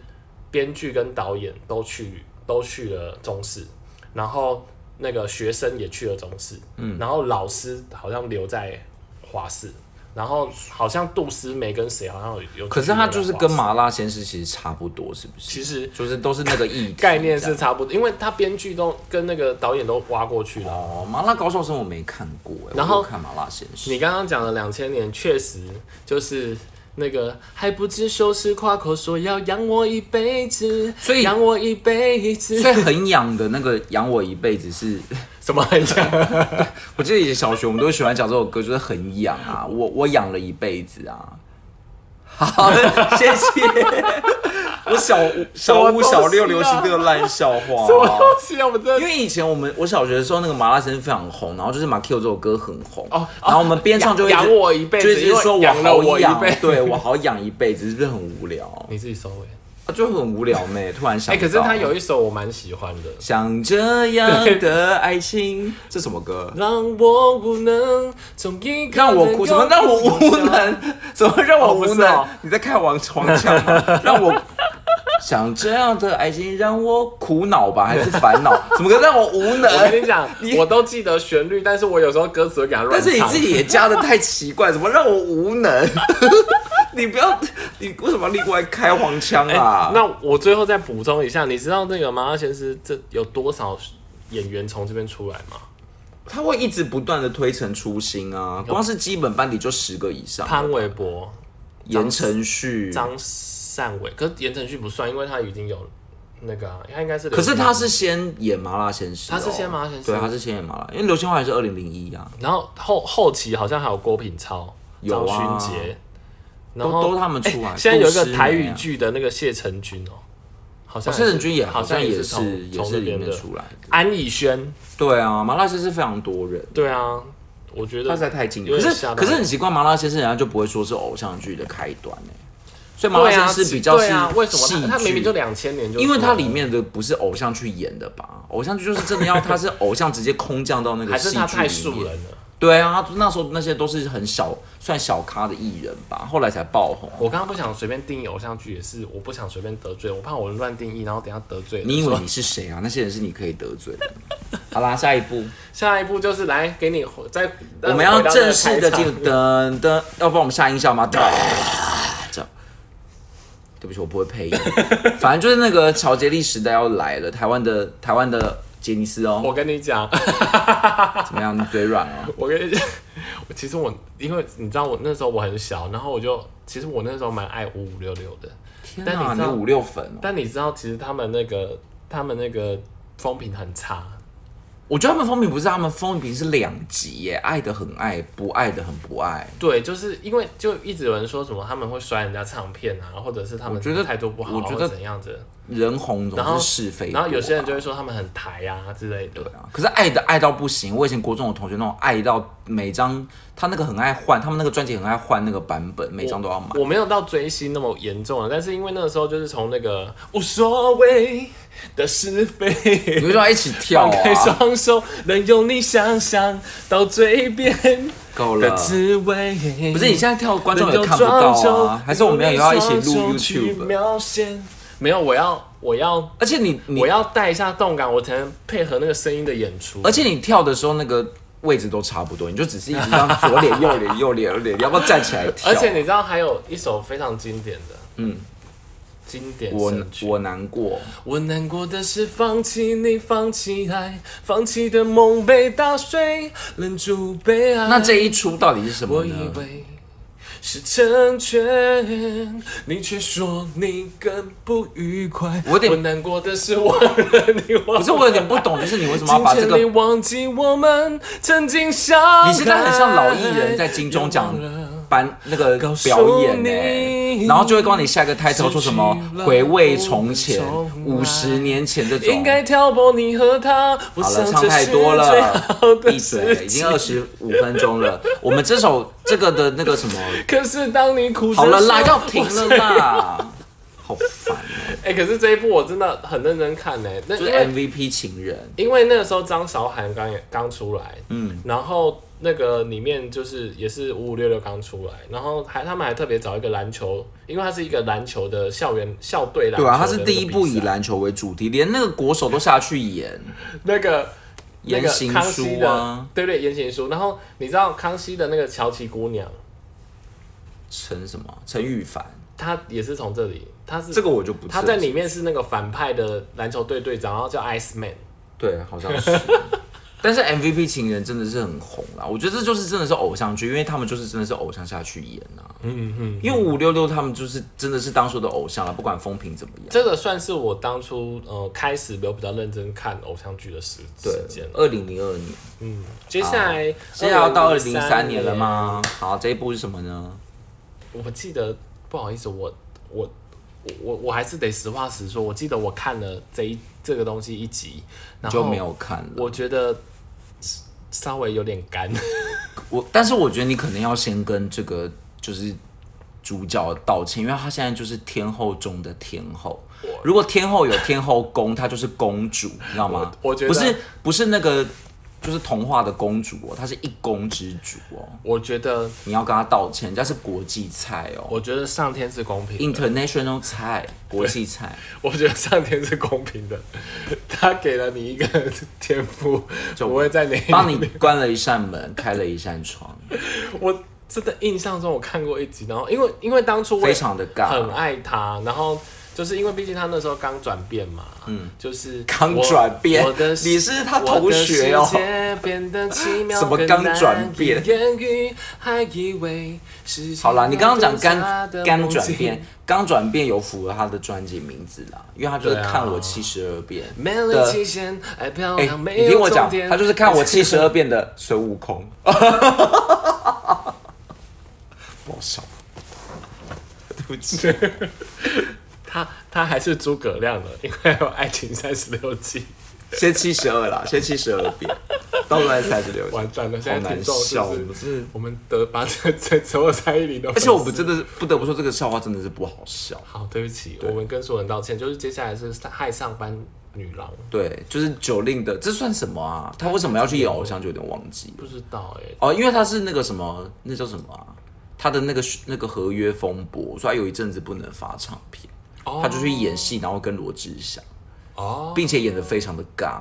Speaker 1: 编剧跟导演都去都去了中视，然后那个学生也去了中视，嗯，然后老师好像留在华视，然后好像杜思梅跟谁好像有有，
Speaker 2: 可是它就是跟
Speaker 1: 马。
Speaker 2: 麻辣鲜师其实差不多，是不是？
Speaker 1: 其实
Speaker 2: 就是都是那个意
Speaker 1: 概念是差不多，因为他编剧都跟那个导演都挖过去了。
Speaker 2: 哦，麻辣高校生我没看过哎，
Speaker 1: 然后
Speaker 2: 我有看麻辣鲜师
Speaker 1: 你刚刚讲的两千年确实就是那个还不知羞耻，夸口说要养我一辈子，
Speaker 2: 所以
Speaker 1: 养我一辈子，
Speaker 2: 所以很养的那个养我一辈子是，
Speaker 1: 怎么很像？
Speaker 2: 我记得以前小学我们都喜欢讲这首歌，就是很养啊，我我养了一辈子啊。好的，谢 谢。 我小小五、小六流行这个烂笑话、
Speaker 1: 啊什么东西啊？我真
Speaker 2: 因
Speaker 1: 的
Speaker 2: 为以前我们我小学的时候，那个麻辣生非常红，然后就是马 Q 这首歌很红，
Speaker 1: 哦
Speaker 2: 然后我们边唱就会一直
Speaker 1: 养我一辈子
Speaker 2: 就一直说
Speaker 1: 因为
Speaker 2: 我
Speaker 1: 养了
Speaker 2: 好
Speaker 1: 我一
Speaker 2: 养
Speaker 1: 辈子
Speaker 2: 对我好养一辈子，是 不是很无聊？
Speaker 1: 你自己收尾。
Speaker 2: 啊就很无聊 妹，突然想
Speaker 1: 哎、
Speaker 2: 到，
Speaker 1: 可是他有一首我蛮喜欢的，
Speaker 2: 像这样的 爱情，这什么歌？
Speaker 1: 让我无能，从一个
Speaker 2: 让我哭什么？让我无 能？怎么让我
Speaker 1: 哦不是
Speaker 2: 无能？
Speaker 1: 哦
Speaker 2: 你在看王黄腔吗？ 让我想这样的爱情让我苦恼吧，还是烦恼？怎么个让我无能？
Speaker 1: 我跟你讲
Speaker 2: 你，
Speaker 1: 我都记得旋律，但是我有时候歌词会给他乱
Speaker 2: 但
Speaker 1: 唱。
Speaker 2: 是你自己也加的太奇怪，怎 么让我无能？ 你不要，你为什么要另外开黄腔
Speaker 1: 哎、
Speaker 2: 啊？
Speaker 1: 那我最后再补充一下，你知道那个麻辣鲜师这有多少演员从这边出来吗？
Speaker 2: 他会一直不断的推陈出新啊，光是基本班底就十个以上，
Speaker 1: 潘玮柏、
Speaker 2: 言承旭，
Speaker 1: 张善伟，可是言承旭不算，因为他已经有那个、啊，他应该是。
Speaker 2: 可是他是，先演麻辣鲜师哦、
Speaker 1: 他是先麻辣鲜师
Speaker 2: 对，他是先演麻辣，因为刘千华也是二零零一啊，
Speaker 1: 然后后后期好像还有郭品超、
Speaker 2: 有
Speaker 1: 张
Speaker 2: 啊
Speaker 1: 勋杰，然
Speaker 2: 都
Speaker 1: 后哎
Speaker 2: 都他们出来。
Speaker 1: 现在有一
Speaker 2: 杜
Speaker 1: 个
Speaker 2: 诗梅啊
Speaker 1: 台语，剧的那个谢承君哦，好像
Speaker 2: 哦
Speaker 1: 也
Speaker 2: 谢
Speaker 1: 是
Speaker 2: 承君也
Speaker 1: 好
Speaker 2: 好像
Speaker 1: 也
Speaker 2: 也
Speaker 1: 从
Speaker 2: 是也
Speaker 1: 从那
Speaker 2: 是里
Speaker 1: 边
Speaker 2: 面
Speaker 1: 的
Speaker 2: 出来的。
Speaker 1: 安以轩，
Speaker 2: 对啊，麻辣鲜师非常多人。
Speaker 1: 对啊，我觉
Speaker 2: 他
Speaker 1: 得
Speaker 2: 实在太经典。
Speaker 1: 有
Speaker 2: 可
Speaker 1: 点
Speaker 2: 是
Speaker 1: 吓到
Speaker 2: 可是
Speaker 1: 我
Speaker 2: 很奇怪，麻辣鲜师人家就不会说是偶像剧的开端哎、所以麻辣
Speaker 1: 对啊
Speaker 2: 鲜师比较是
Speaker 1: 对啊，为什
Speaker 2: 戏
Speaker 1: 么
Speaker 2: 剧
Speaker 1: 他他明明就两千年就出来
Speaker 2: 因
Speaker 1: 了，
Speaker 2: 为它里面的不是偶像去演的吧？偶像剧就是真的要他是偶像直接空降到那个
Speaker 1: 还是
Speaker 2: 戏
Speaker 1: 他太
Speaker 2: 剧里
Speaker 1: 素
Speaker 2: 面。
Speaker 1: 人了。
Speaker 2: 对啊，那时候那些都是很小算小咖的艺人吧，后来才爆红。
Speaker 1: 我刚刚不想随便定义偶像剧，也是我不想随便得罪，我怕我乱定义，然后等一下得罪人。
Speaker 2: 你以为
Speaker 1: 说
Speaker 2: 你是谁啊？那些人是你可以得罪的。好啦，下一步
Speaker 1: 下一步就是来给你回再
Speaker 2: 我们要正式的进
Speaker 1: 进
Speaker 2: 入噔噔，要不然我们下音效吗？噔，这样。对不起，我不会配音。反正就是那个乔杰利时代要来了，台湾的台湾的杰尼斯 哦，
Speaker 1: 我跟你讲，
Speaker 2: 怎么样？你嘴软哦？
Speaker 1: 我跟你讲，我其实我因为你知道我那时候我很小，然后我就其实我那时候蛮爱五五六六的，
Speaker 2: 天
Speaker 1: 但
Speaker 2: 哪，
Speaker 1: 你知
Speaker 2: 你
Speaker 1: 道
Speaker 2: 五六粉哦！
Speaker 1: 但你知道其实他们那个他们那个风评很差，
Speaker 2: 我觉得他们风评不是他们风评是两极耶，爱的很爱，不爱的很不爱。
Speaker 1: 对，就是因为就一直有人说什么他们会摔人家唱片啊，或者是他们
Speaker 2: 我觉得
Speaker 1: 态度不好，
Speaker 2: 我觉得
Speaker 1: 或怎样子，
Speaker 2: 人红
Speaker 1: 然后
Speaker 2: 总是是非多啊
Speaker 1: 然后有些人就会说他们很抬啊之类的。
Speaker 2: 可是爱的爱到不行，我以前国中有同学那种爱到每张他那个很爱换，他们那个专辑很爱换那个版本，每张都要买。
Speaker 1: 我没有到追星那么严重了，但是因为那个时候就是从那个无所谓的是非，
Speaker 2: 你为什么要一起跳
Speaker 1: 放开
Speaker 2: 啊？
Speaker 1: 双手，能用你想象到嘴边
Speaker 2: 够了
Speaker 1: 的，滋味。
Speaker 2: 不是你现在跳，观众
Speaker 1: 能
Speaker 2: 也
Speaker 1: 够
Speaker 2: 看不到
Speaker 1: 装作
Speaker 2: 啊。还是我们要一起录
Speaker 1: 用你双手去
Speaker 2: YouTube？
Speaker 1: 描写没有，我要我要
Speaker 2: 而且你你
Speaker 1: 我，要带一下动感，我才能配合那个声音的演出。
Speaker 2: 而且你跳的时候那个位置都差不多，你就只是一直这样左脸右脸右脸右脸，你要不要站起来跳？
Speaker 1: 而且你知道还有一首非常经典的，
Speaker 2: 嗯
Speaker 1: 嗯，经典
Speaker 2: 我
Speaker 1: 神曲。
Speaker 2: 我难过，
Speaker 1: 我难过的是放弃你，放弃爱，放弃的梦被打碎，忍住悲哀。
Speaker 2: 那这一出到底是什么
Speaker 1: 我以
Speaker 2: 呢？
Speaker 1: 为是成全，你却说你更不愉快。
Speaker 2: 我有点
Speaker 1: 难过的是忘了你忘了，
Speaker 2: 可是我有点不懂，就是你为什么要
Speaker 1: 今
Speaker 2: 把这
Speaker 1: 天
Speaker 2: 个
Speaker 1: 你？忘记我们曾经相爱。
Speaker 2: 你现在很像老艺人在金钟奖
Speaker 1: 又忘了
Speaker 2: 颁那个
Speaker 1: 告诉
Speaker 2: 表演呢、欸
Speaker 1: 你
Speaker 2: 然后就会告诉你下一个 title 说什么
Speaker 1: 失去了
Speaker 2: 回味从前
Speaker 1: 我们从来
Speaker 2: 五十年前这种。
Speaker 1: 应该挑拨你和他。我
Speaker 2: 好了，
Speaker 1: 想
Speaker 2: 唱
Speaker 1: 这
Speaker 2: 太
Speaker 1: 是
Speaker 2: 多
Speaker 1: 最
Speaker 2: 了
Speaker 1: 好，的
Speaker 2: 闭嘴了，
Speaker 1: 时
Speaker 2: 已
Speaker 1: 机
Speaker 2: 经二十五分钟了。我们这首这个的那个什么，
Speaker 1: 可是当你哭着
Speaker 2: 好了啦，
Speaker 1: 说
Speaker 2: 要停了啦，好烦哦、
Speaker 1: 哎、可是这一部我真的很认真看呢、那
Speaker 2: 就
Speaker 1: 因
Speaker 2: 是哎
Speaker 1: 为
Speaker 2: MVP 情人，
Speaker 1: 因为那个时候张韶涵刚也刚出来，嗯，然后那个里面就是也是五五六六刚出来，然后还他们还特别找一个篮球，因为它是一个篮球的校园校队篮球
Speaker 2: 对
Speaker 1: 的
Speaker 2: 啊，
Speaker 1: 那个
Speaker 2: 他
Speaker 1: 比赛，
Speaker 2: 是第一部以篮球为主题，连那个国手都下去演，
Speaker 1: 那个。那
Speaker 2: 言
Speaker 1: 个
Speaker 2: 行
Speaker 1: 康熙
Speaker 2: 书
Speaker 1: 的，
Speaker 2: 啊，
Speaker 1: 对对，言情书。然后你知道康熙的那个乔琪姑娘，
Speaker 2: 陈什么陈羽凡，
Speaker 1: 她也是从这里，她是
Speaker 2: 这个我就不知道
Speaker 1: 她在里面是那个反派的篮球队队长，然后叫 Ice Man。
Speaker 2: 对，好像是。但是 MVP 情人真的是很红啦，我觉得这就是真的是偶像剧，因为他们就是真的是偶像下去演啊。
Speaker 1: 嗯嗯，
Speaker 2: 因为五六六他们就是真的是当初的偶像了，不管风评怎么样。
Speaker 1: 这个算是我当初呃开始没有比较认真看偶像剧的时
Speaker 2: 对
Speaker 1: 时间，了。
Speaker 2: 二零零二年，
Speaker 1: 嗯，接下来
Speaker 2: 现在要到二零零
Speaker 1: 2003
Speaker 2: 三年了？吗？好，这一部是什么呢？
Speaker 1: 我记得不好意思，我我我我我还是得实话实说，我记得我看了这一这个东西一集，然后
Speaker 2: 就没有看了。
Speaker 1: 我觉得稍稍微有点干，
Speaker 2: 我，但是我觉得你可能要先跟这个就是主角道歉，因为她现在就是天后中的天后。如果天后有天后宫，她就是公主，你知道吗？
Speaker 1: 我我觉得
Speaker 2: 不是不是那个就是童话的公主哦，她是一宫之主哦。
Speaker 1: 我觉得
Speaker 2: 你要跟她道歉，人家是国际菜哦
Speaker 1: 我觉得上天是公平的，
Speaker 2: ，international 菜，国际菜，
Speaker 1: 我觉得上天是公平的， 他给了你一个天赋，
Speaker 2: 就
Speaker 1: 不会在你
Speaker 2: 帮你关了一扇门，开了一扇窗，
Speaker 1: 我真的印象中我看过一集，然后因为因为当初我也
Speaker 2: 非常的
Speaker 1: 很
Speaker 2: 尬。
Speaker 1: 爱他，然后就是因为毕竟他那时候刚转变嘛，嗯，就是
Speaker 2: 刚
Speaker 1: 我
Speaker 2: 转变
Speaker 1: 我的
Speaker 2: 你是他同学哦
Speaker 1: 我的世界变得奇妙
Speaker 2: 什么
Speaker 1: 更
Speaker 2: 刚
Speaker 1: 难
Speaker 2: 转变
Speaker 1: 以言语还以为是啊
Speaker 2: 好啦，你刚刚讲
Speaker 1: 想要独家的
Speaker 2: 干干
Speaker 1: 梦
Speaker 2: 转
Speaker 1: 境
Speaker 2: 变，刚转变有符合他的专辑名字啦，因为他就是
Speaker 1: 啊
Speaker 2: 看我七十二变
Speaker 1: 没了期
Speaker 2: 的。
Speaker 1: 限，爱漂
Speaker 2: 哎、
Speaker 1: 亮，没
Speaker 2: 你听
Speaker 1: 有
Speaker 2: 我讲
Speaker 1: 终点。，
Speaker 2: 他就是看我七十二变的孙悟空。 不好笑，对不起。
Speaker 1: 他他还是诸葛亮了，因为还有《爱情三十六计》。
Speaker 2: 先七十二啦，先七十二遍，到后来三十六，
Speaker 1: 完蛋了
Speaker 2: 好
Speaker 1: 现在
Speaker 2: 难
Speaker 1: 听众是
Speaker 2: 笑，
Speaker 1: 不
Speaker 2: 我
Speaker 1: 是
Speaker 2: 们是，
Speaker 1: 我们得把这这所有蔡依林的粉
Speaker 2: 而
Speaker 1: 丝，
Speaker 2: 且我们真的是不得不说，这个笑话真的是不好笑。
Speaker 1: 好，对不起，我们跟所有人道歉。就是接下来是害上班女郎，
Speaker 2: 对，就是九令的，这算什么啊？他为什么要去演偶像，就有点忘记了
Speaker 1: 不知道哎、
Speaker 2: 哦，因为他是那个什么，那叫什么啊？他的那个那个合约风波，所以他有一阵子不能发唱片，
Speaker 1: 哦
Speaker 2: 他就去演戏，然后跟罗志祥，
Speaker 1: 哦，
Speaker 2: 并且演的非常的尬。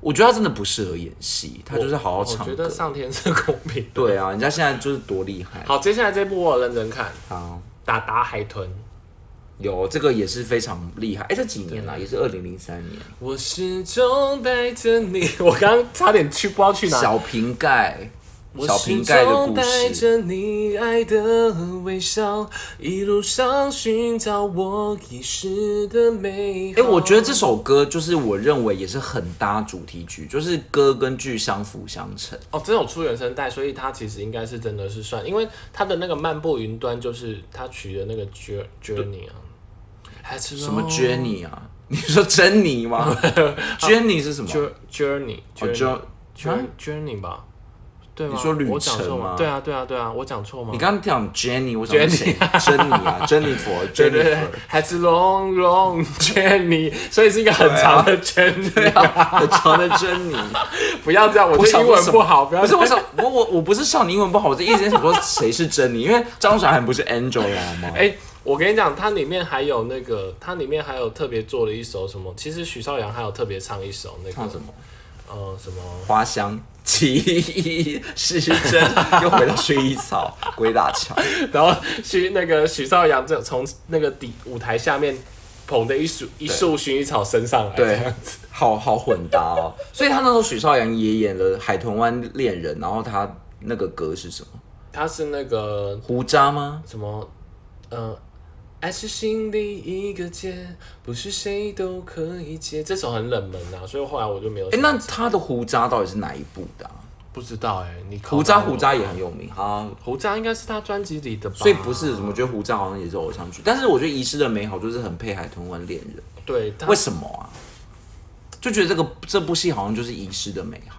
Speaker 2: 我觉得他真的不适合演戏，他就是好好
Speaker 1: 我
Speaker 2: 唱
Speaker 1: 觉
Speaker 2: 歌
Speaker 1: 得。上天是公平。
Speaker 2: 对啊，人家现在就是多厉害。
Speaker 1: 好，接下来这部我有认真看，
Speaker 2: 好。
Speaker 1: 打打海豚。
Speaker 2: 有这个也是非常厉害，哎、这几年啦，也是二零零三年，
Speaker 1: 我始终带着你，我刚刚差点去不知道去哪。
Speaker 2: 小瓶盖，
Speaker 1: 我
Speaker 2: 小
Speaker 1: 始
Speaker 2: 瓶盖的
Speaker 1: 终
Speaker 2: 故
Speaker 1: 带
Speaker 2: 事，
Speaker 1: 着你爱的微笑，一路上寻找我遗失的美好。
Speaker 2: 哎、我觉得这首歌就是我认为也是很搭主题曲，就是歌跟剧相辅相成。
Speaker 1: 哦，真有出原声带，所以它其实应该是真的是算，因为它的那个漫步云端就是他取的那个 jour- journey 啊，还是
Speaker 2: 什么 Jenny 啊？ 你说珍 妮吗？Jenny 是什么？
Speaker 1: jour- journey
Speaker 2: 哦
Speaker 1: journey jour-
Speaker 2: 啊
Speaker 1: journey 吧？对吗？
Speaker 2: 你说旅
Speaker 1: 我讲错
Speaker 2: 程吗
Speaker 1: 对啊，对啊，对啊，我讲错吗
Speaker 2: 你？刚刚讲 Jenny，我想是谁？珍 妮啊，Jennifer，
Speaker 1: 对对对
Speaker 2: Jennifer，，
Speaker 1: 还是 long long journey，所以是一个很长的 journey，、
Speaker 2: 很长的 珍妮。
Speaker 1: 不要这样，我
Speaker 2: 我
Speaker 1: 这
Speaker 2: 想
Speaker 1: 英
Speaker 2: 说
Speaker 1: 文
Speaker 2: 什
Speaker 1: 不
Speaker 2: 么
Speaker 1: 好，不要
Speaker 2: 不是
Speaker 1: 这样
Speaker 2: 我想我我我不是笑你英文不好，我是一直在想说谁是珍妮，因为张韶涵不是 Angela 吗？
Speaker 1: 哎、我跟你讲，它里面还有那个，它里面还有特别做了一首什么？其实许绍洋还有特别唱一首那个
Speaker 2: 唱什么？
Speaker 1: 呃，什么？
Speaker 2: 花香。 奇异是真，又回到薰衣草、鬼打墙。
Speaker 1: 然后许那个许绍洋这从那个底舞台下面捧的一束一束薰衣草升上来，
Speaker 2: 对，好好混搭哦。 所以他那时候许绍洋也演了《海豚湾恋人》，然后他那个歌是什么？
Speaker 1: 他是那个
Speaker 2: 胡渣吗？
Speaker 1: 什么，呃，爱是心里一个结，不是谁都可以解。这首很冷门啊，所以后来我就没有
Speaker 2: 哎、
Speaker 1: 想。
Speaker 2: 那他的胡渣到底是哪一部的啊、
Speaker 1: 不知道哎、你考
Speaker 2: 胡渣
Speaker 1: 到我
Speaker 2: 胡渣也很有名啊，
Speaker 1: 胡渣应该是他专辑里的吧？
Speaker 2: 所以不是什么，我觉得胡渣好像也是偶像剧，但是我觉得《遗失的美好》就是很配《海豚湾恋人
Speaker 1: 对，他》，
Speaker 2: 为什么啊？就觉得这个这部戏好像就是《遗失的美好》。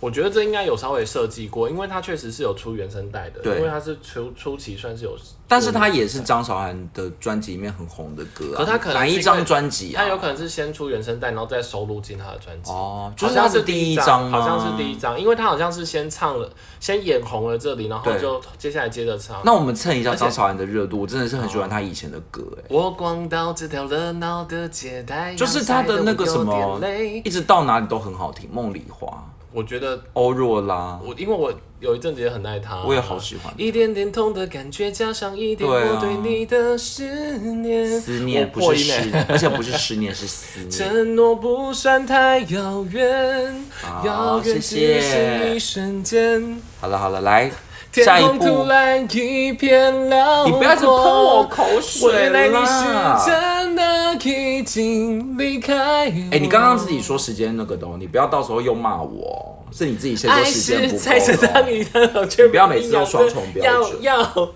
Speaker 1: 我觉得这应该有稍微设计过，因为它确实是有出原声带的，
Speaker 2: 对
Speaker 1: 因为它是初初期算是有，
Speaker 2: 但是他也是张韶涵的专辑里面很红的歌、啊，
Speaker 1: 可他可能
Speaker 2: 哪
Speaker 1: 是因
Speaker 2: 一
Speaker 1: 为
Speaker 2: 张专辑啊？
Speaker 1: 它有可能是先出原声带，然后再收录进他的专辑。
Speaker 2: 哦，就
Speaker 1: 好
Speaker 2: 是
Speaker 1: 像
Speaker 2: 他
Speaker 1: 是
Speaker 2: 的
Speaker 1: 第
Speaker 2: 第
Speaker 1: 一
Speaker 2: 一
Speaker 1: 张，
Speaker 2: 张啊
Speaker 1: 好
Speaker 2: 吗
Speaker 1: 像是第一张，因为他好像是先唱了，先眼红了这里，然后
Speaker 2: 对
Speaker 1: 就接下来接着唱。
Speaker 2: 那我们蹭一下张韶涵的热度，我真的是很喜欢她以前的歌，哎，
Speaker 1: 我逛到这条热闹的街，太阳
Speaker 2: 就是
Speaker 1: 晒
Speaker 2: 她
Speaker 1: 得
Speaker 2: 的那个什
Speaker 1: 我有点
Speaker 2: 么
Speaker 1: 累，
Speaker 2: 一直到哪里都很好听，《梦里花》
Speaker 1: 我觉得
Speaker 2: 欧若拉，
Speaker 1: 我因为我有一阵子也很爱他，
Speaker 2: 我也好喜欢
Speaker 1: 一点点痛的感觉，加上一点
Speaker 2: 对啊
Speaker 1: 我对你的思念，
Speaker 2: 思念
Speaker 1: 嗯我
Speaker 2: 不
Speaker 1: 破
Speaker 2: 是
Speaker 1: 音欸
Speaker 2: 思， 而且不是思念，是思念。
Speaker 1: 承诺不算太遥远，
Speaker 2: 好
Speaker 1: 遥远只
Speaker 2: 谢谢
Speaker 1: 是一瞬间。
Speaker 2: 好了好了，来
Speaker 1: 天
Speaker 2: 下一
Speaker 1: 空突
Speaker 2: 步，
Speaker 1: 然一片辽阔，
Speaker 2: 你不要一直喷我口
Speaker 1: 我
Speaker 2: 水
Speaker 1: 原来你是
Speaker 2: 啦！
Speaker 1: 真的已经离开我。
Speaker 2: 哎、你刚刚自己说时间那个的哦，你不要到时候又骂我哦，是你自己先说
Speaker 1: 爱
Speaker 2: 时间
Speaker 1: 哎是在这
Speaker 2: 不够哦
Speaker 1: 当
Speaker 2: 的
Speaker 1: 你的脑却
Speaker 2: 不要每次都双重标准
Speaker 1: 要要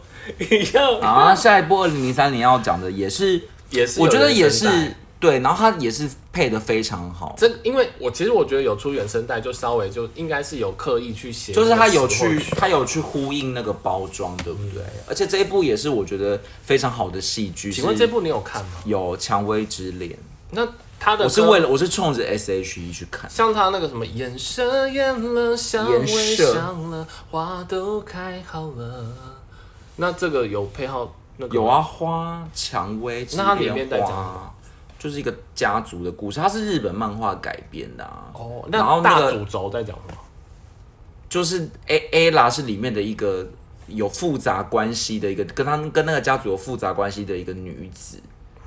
Speaker 1: 要
Speaker 2: 哦。啊，下一步二零零三年要讲的也是，
Speaker 1: 也是有
Speaker 2: 我觉得也
Speaker 1: 原声带
Speaker 2: 是对，然后他也是配的非常好，
Speaker 1: 这因为我其实我觉得有出原声带，就稍微就应该是有刻意去写，
Speaker 2: 就是他有去，他有去呼应那个包装，对不对？而且这一部也是我觉得非常好的戏剧。
Speaker 1: 嗯请问
Speaker 2: 是
Speaker 1: 这部你有看吗？
Speaker 2: 有《蔷薇之恋》，
Speaker 1: 那他的
Speaker 2: 我是
Speaker 1: 歌
Speaker 2: 为了我是冲着 S H E 去看。
Speaker 1: 像他那个什么眼色艳了，香
Speaker 2: 眼
Speaker 1: 味
Speaker 2: 色
Speaker 1: 香了，花都开好了。那这个有配号那个
Speaker 2: 有
Speaker 1: 吗，
Speaker 2: 啊，花蔷薇之
Speaker 1: 那它里面在
Speaker 2: 恋
Speaker 1: 讲什
Speaker 2: 花，就是一个家族的故事，它是日本漫画改编的啊。
Speaker 1: 哦，
Speaker 2: 然后
Speaker 1: 那
Speaker 2: 那
Speaker 1: 大
Speaker 2: 个
Speaker 1: 主轴在讲什么？
Speaker 2: 就是 A A 啦是里面的一个有复杂关系的一个，跟他跟那个家族有复杂关系的一个女子，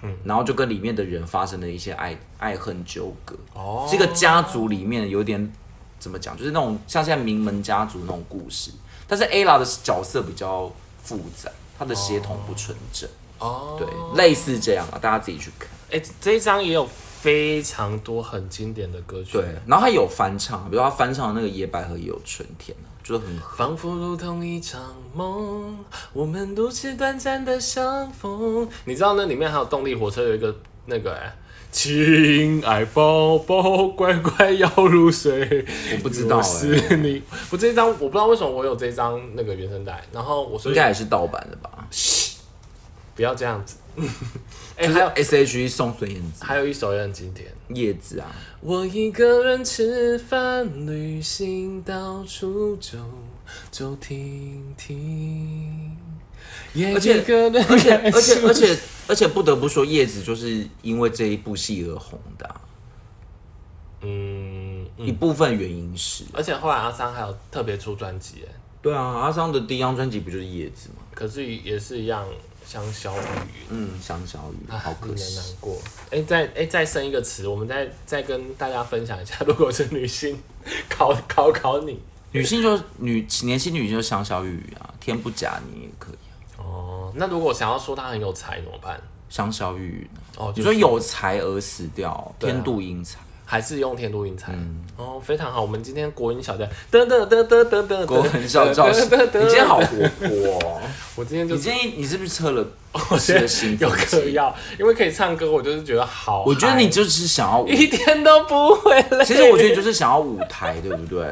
Speaker 1: 嗯
Speaker 2: 然后就跟里面的人发生了一些爱爱恨纠葛。
Speaker 1: 哦
Speaker 2: 这个家族里面有点怎么讲，就是那种像现在名门家族那种故事，但是 A 啦的角色比较复杂，她的血统不纯正，
Speaker 1: 哦，
Speaker 2: 对，类似这样啊，大家自己去看。
Speaker 1: 哎、这一张也有非常多很经典的歌曲，
Speaker 2: 对，然后他有翻唱，比如他翻唱那个《野百合》也有春天啊，就是很
Speaker 1: 仿佛如同一场梦，我们如此短暂的相逢。你知道那里面还有动力火车有一个那个哎、亲爱宝宝，乖乖要入睡。
Speaker 2: 我不知道
Speaker 1: 我
Speaker 2: 哎、
Speaker 1: 是你。我这一张我不知道为什么我有这一张那个原声带，然后我说
Speaker 2: 应该也是盗版的吧？
Speaker 1: 不要这样子。 哎、
Speaker 2: 就是
Speaker 1: 还有
Speaker 2: S H E 送孙燕姿、
Speaker 1: 还有一首也很经典。
Speaker 2: 叶子啊，
Speaker 1: 我一个人吃饭、旅行，到处走走停停，也
Speaker 2: 而且
Speaker 1: 一个人
Speaker 2: 而且而
Speaker 1: 感
Speaker 2: 且
Speaker 1: 受
Speaker 2: 而且而且不得不说，叶子就是因为这一部戏而红的啊、
Speaker 1: 嗯，
Speaker 2: 一部分原因是，
Speaker 1: 而且后来阿桑还有特别出专辑，哎，
Speaker 2: 对啊，阿桑的第一张专辑不就是叶子吗？
Speaker 1: 可是也是一样像小雨，
Speaker 2: 嗯，香小雨，
Speaker 1: 啊
Speaker 2: 好可
Speaker 1: 令人
Speaker 2: 惜
Speaker 1: 难。过。哎、再哎、再生一个词，我们再再跟大家分享一下，如 果是女性，考考考你
Speaker 2: 女性就女年轻女性就香小雨啊，天不假你也可以啊、
Speaker 1: 哦。那如果想要说她很有才怎么办？
Speaker 2: 香小雨呢、
Speaker 1: 哦，
Speaker 2: 你
Speaker 1: 就
Speaker 2: 说
Speaker 1: 是
Speaker 2: 有才而死掉，
Speaker 1: 对啊
Speaker 2: 天妒英才。
Speaker 1: 还是用天都英才、
Speaker 2: 嗯
Speaker 1: 哦，非常好。我们今天国音小教，噔噔噔噔噔噔，
Speaker 2: 国很小教室，
Speaker 1: 噔噔
Speaker 2: 你
Speaker 1: 噔噔
Speaker 2: 今天好活泼、哦，
Speaker 1: 我今天就
Speaker 2: 你今天你是不是吃了
Speaker 1: 我
Speaker 2: 吃
Speaker 1: 现
Speaker 2: 了
Speaker 1: 在
Speaker 2: 兴
Speaker 1: 有
Speaker 2: 奋
Speaker 1: 嗑
Speaker 2: 剂？
Speaker 1: 药，因为可以唱歌，我就是觉得好嗨。
Speaker 2: 我觉得你就是想要舞，
Speaker 1: 一点都不会累。
Speaker 2: 其实我觉得你就是想要舞台，对不 对？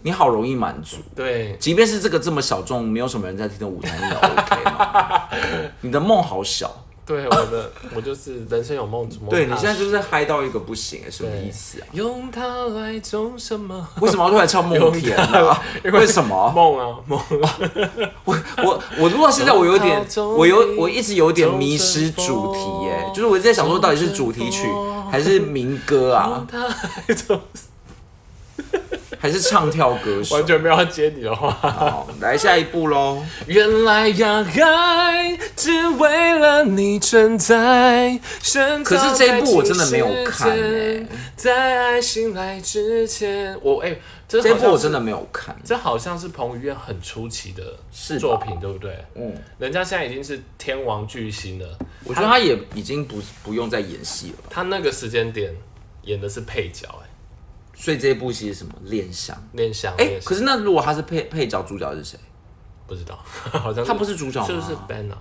Speaker 2: 你好容易满足，
Speaker 1: 对，
Speaker 2: 即便是这个这么小众，没有什么人在听的舞台，你也 OK 吗？你的梦好小，
Speaker 1: 对，我的 我就是人生有梦，梦
Speaker 2: 对你
Speaker 1: 大
Speaker 2: 现在就是嗨到一个不行，什么
Speaker 1: 对
Speaker 2: 意思啊？
Speaker 1: 用它来种什么
Speaker 2: 为什么要突然唱梦田啊？为什么？
Speaker 1: 梦啊梦？
Speaker 2: 我我我如果现在我有点
Speaker 1: 用，它
Speaker 2: 我有我一直有点迷失主题耶、
Speaker 1: 中
Speaker 2: 就是我一直在想说到底是主题曲还是民歌啊
Speaker 1: 用，它来种，
Speaker 2: 还是唱跳歌手
Speaker 1: 完？全没有要接你的话。
Speaker 2: 好，来下一步喽。
Speaker 1: 原来呀，爱只为了你存在。可
Speaker 2: 可是这一部我真的没有看欸
Speaker 1: 在爱醒来之前，我哎、这
Speaker 2: 这一
Speaker 1: 好像
Speaker 2: 部
Speaker 1: 是
Speaker 2: 我真的没有看，
Speaker 1: 这好像是彭于晏很出奇的
Speaker 2: 是吧
Speaker 1: 作品，对不对？
Speaker 2: 嗯，
Speaker 1: 人家现在已经是天王巨星了，
Speaker 2: 我觉得他也已经不不用再演戏了吧。
Speaker 1: 他那个时间点演的是配角、哎，
Speaker 2: 所以这一部戏是什么？恋香。
Speaker 1: 念想，
Speaker 2: 哎、
Speaker 1: 念想
Speaker 2: 可是那如果他是配配角，主角是谁？
Speaker 1: 不知道， 好像
Speaker 2: 他不是主角吗？
Speaker 1: 是不是 Ben 啊？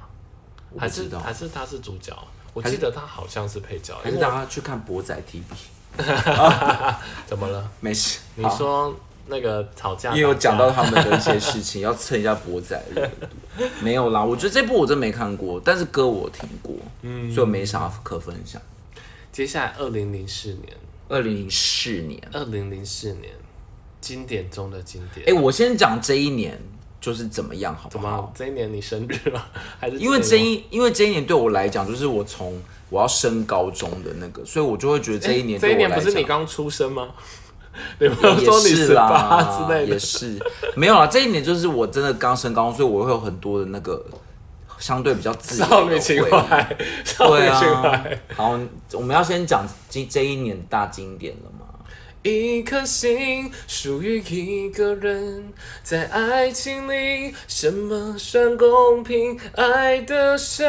Speaker 2: 不
Speaker 1: 还
Speaker 2: 知
Speaker 1: 是
Speaker 2: 道
Speaker 1: 还是他是主角？我
Speaker 2: 还是
Speaker 1: 记得他好像是配角，
Speaker 2: 还
Speaker 1: 因
Speaker 2: 是
Speaker 1: 为
Speaker 2: 大家去看博仔 TV？
Speaker 1: 怎么了？
Speaker 2: 没事，
Speaker 1: 你
Speaker 2: 好
Speaker 1: 说那个吵架，
Speaker 2: 因为
Speaker 1: 打
Speaker 2: 有
Speaker 1: 架
Speaker 2: 讲到他们的一些事情，要蹭一下博仔的热度。没有啦，我觉得这部我真没看过，但是歌我听过，嗯，所以我没啥可分享。
Speaker 1: 接下来二零零四年，
Speaker 2: 二零零四年，
Speaker 1: 二零零四年经典中的经典。
Speaker 2: 哎、我先讲这一年就是怎么样，好不
Speaker 1: 怎么
Speaker 2: 好
Speaker 1: 了？？这一年你生日了？ 还是
Speaker 2: 因为这
Speaker 1: 这一年
Speaker 2: 一因为这一年对我来讲，就是我从我要升高中的那个，所以我就会觉得这一年
Speaker 1: 哎这
Speaker 2: 对
Speaker 1: 一
Speaker 2: 我
Speaker 1: 年
Speaker 2: 来
Speaker 1: 不
Speaker 2: 讲，
Speaker 1: 是你刚出生吗？ 你不要
Speaker 2: 也
Speaker 1: 说你
Speaker 2: 是
Speaker 1: 十八
Speaker 2: 啦，
Speaker 1: 之类
Speaker 2: 也
Speaker 1: 的，
Speaker 2: 是没有啦。这一点就是我真的刚升高中，所以我会有很多的那个相对比较自由 的
Speaker 1: 少女情
Speaker 2: 回忆
Speaker 1: 怀，少女
Speaker 2: 对
Speaker 1: 情
Speaker 2: 啊
Speaker 1: 怀。，
Speaker 2: 好，我们要先讲今这一年大经典了吗？
Speaker 1: 嗯一颗心属于一个人，在爱情里，什么算公平？爱的深，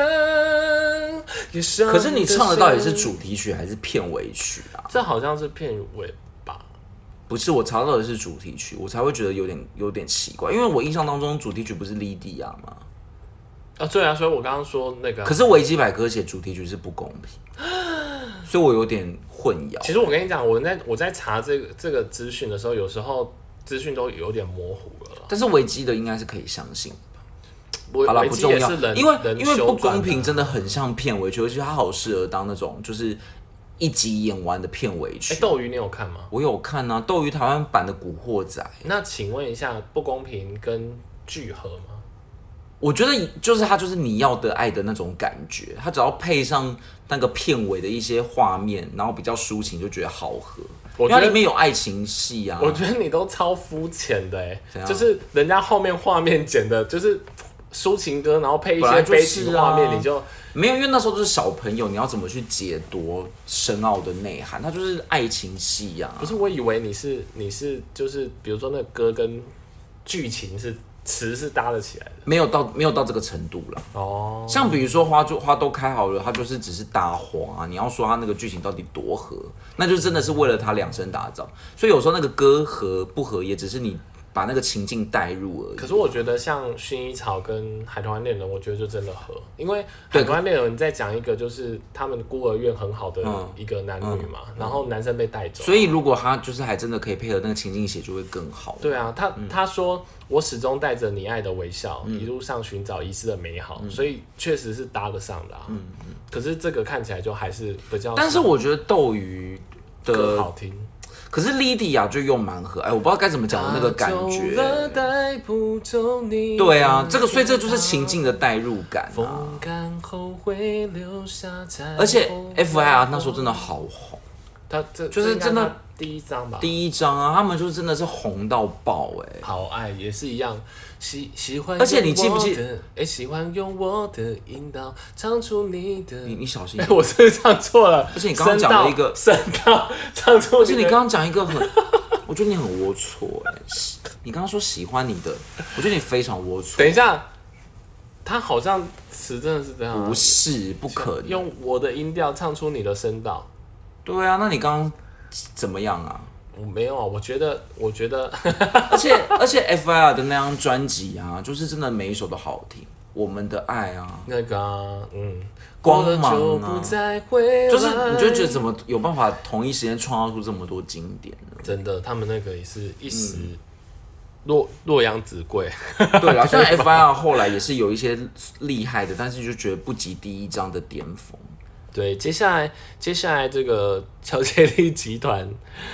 Speaker 1: 也伤
Speaker 2: 可是你唱的
Speaker 1: 得
Speaker 2: 到底是
Speaker 1: 深
Speaker 2: 主题曲还是片尾曲啊？
Speaker 1: 这好像是片尾吧？
Speaker 2: 不是，我查到的是主题曲，我才会觉得有点有点奇怪，因为我印象当中主题曲不是 Lydia 吗？
Speaker 1: 啊，对啊，所以我刚刚说那个，
Speaker 2: 可是维基百科写主题曲是不公 平，所以我有点混淆。啊
Speaker 1: 其实我跟你讲，我在我在查这个这个资讯的时候，有时候资讯都有点模糊了啦。
Speaker 2: 但是维基的应该是可以相信，
Speaker 1: 我
Speaker 2: 好了
Speaker 1: 维
Speaker 2: 不
Speaker 1: 基
Speaker 2: 重
Speaker 1: 也
Speaker 2: 要
Speaker 1: 是，人，
Speaker 2: 因为
Speaker 1: 人
Speaker 2: 因为
Speaker 1: 修
Speaker 2: 不
Speaker 1: 转
Speaker 2: 公平
Speaker 1: 的
Speaker 2: 真的很像片尾曲，而且它好适合当那种就是一集演完的片尾曲
Speaker 1: 哎，。斗鱼你有看吗？
Speaker 2: 我有看啊，斗鱼台湾版的《古惑仔》，
Speaker 1: 那请问一下，不公平跟聚合吗？
Speaker 2: 我觉得就是它就是你要的爱的那种感觉，它只要配上那个片尾的一些画面，然后比较抒情，就觉得好喝。
Speaker 1: 我
Speaker 2: 因为
Speaker 1: 觉
Speaker 2: 它
Speaker 1: 得
Speaker 2: 里面有爱情戏啊，
Speaker 1: 我觉得你都超肤浅的哎、
Speaker 2: 怎样
Speaker 1: 就是人家后面画面剪的，就是抒情歌，然后配一
Speaker 2: 本
Speaker 1: 些
Speaker 2: 来就
Speaker 1: 悲
Speaker 2: 是
Speaker 1: 情
Speaker 2: 啊
Speaker 1: 画面，你就
Speaker 2: 没有，因为那时候就是小朋友，你要怎么去解读深奥的内涵？它就是爱情戏啊呀、
Speaker 1: 不是。我以为你是你是就是，比如说那个歌跟剧情是词是搭得起来的
Speaker 2: 没有到没有到这个程度啦。
Speaker 1: 哦。
Speaker 2: 像比如说花就花都开好了，它就是只是搭花，你要说它那个剧情到底多合，那就真的是为了它量身打造。所以有时候那个歌合不合，也只是你把那个情境带入而已
Speaker 1: 可。是我觉得像薰衣草跟海豚湾恋人，我觉得就真的合，因为海
Speaker 2: 对
Speaker 1: 豚湾恋人在讲一个就是他们孤儿院很好的一个男女嘛，然后男生被带走，
Speaker 2: 嗯所以如果它就是还真的可以配合那个情境写，就会更好。
Speaker 1: 对啊，他、
Speaker 2: 嗯
Speaker 1: 他说我始终带着你爱的微笑，一路上寻找遗失的美好，
Speaker 2: 嗯
Speaker 1: 所以确实是搭得上的、啊。嗯嗯。可是这个看起来就还是比较，
Speaker 2: 但是我觉得斗鱼
Speaker 1: 歌
Speaker 2: 的，
Speaker 1: 好听，
Speaker 2: 可是 Lydia 就又蛮合，哎，我不知道该怎么讲的那个感觉。
Speaker 1: 带不走你
Speaker 2: 对啊，这个所以这就是情。境的代入感啊。
Speaker 1: 风干后会留下彩
Speaker 2: 而且
Speaker 1: 虹
Speaker 2: FIR 那时候真的好红，
Speaker 1: 他这
Speaker 2: 就是
Speaker 1: 这应该
Speaker 2: 真的
Speaker 1: 他第一张吧，
Speaker 2: 第一张啊，他们就真的是红到爆哎、
Speaker 1: 好爱也是一样，喜喜欢用我的。
Speaker 2: 而且你记不记
Speaker 1: 哎，喜欢用我的引导唱出你的
Speaker 2: 你你小心一
Speaker 1: 哎，
Speaker 2: 点，
Speaker 1: 我是不是唱错了？而
Speaker 2: 且你刚刚讲了一个
Speaker 1: 声道唱错，
Speaker 2: 而且你刚刚讲一个很， 我觉得你很龌龊哎、喜你刚刚说喜欢你的，我觉得你非常龌龊。
Speaker 1: 等一下，他好像词真的是这样啊、
Speaker 2: 不是不可能，
Speaker 1: 用我的音调唱出你的声道。
Speaker 2: 对啊，那你刚刚怎么样啊？
Speaker 1: 我没有啊，我觉得，我觉得
Speaker 2: 而且 而且 FIR 的那张专辑啊，就是真的每一首都好听，《我们的爱》啊，
Speaker 1: 那个啊、嗯，
Speaker 2: 光
Speaker 1: 过了
Speaker 2: 芒啊
Speaker 1: 就不再回来
Speaker 2: 就是你就觉得怎么有办法同一时间创造出这么多经典呢？
Speaker 1: 真的，他们那个也是一时洛洛阳纸贵。
Speaker 2: 对啦，虽然 FIR 后来也是有一些厉害的，但是就觉得不及第一张的巅峰。
Speaker 1: 对，接下来接下来这个乔杰利集团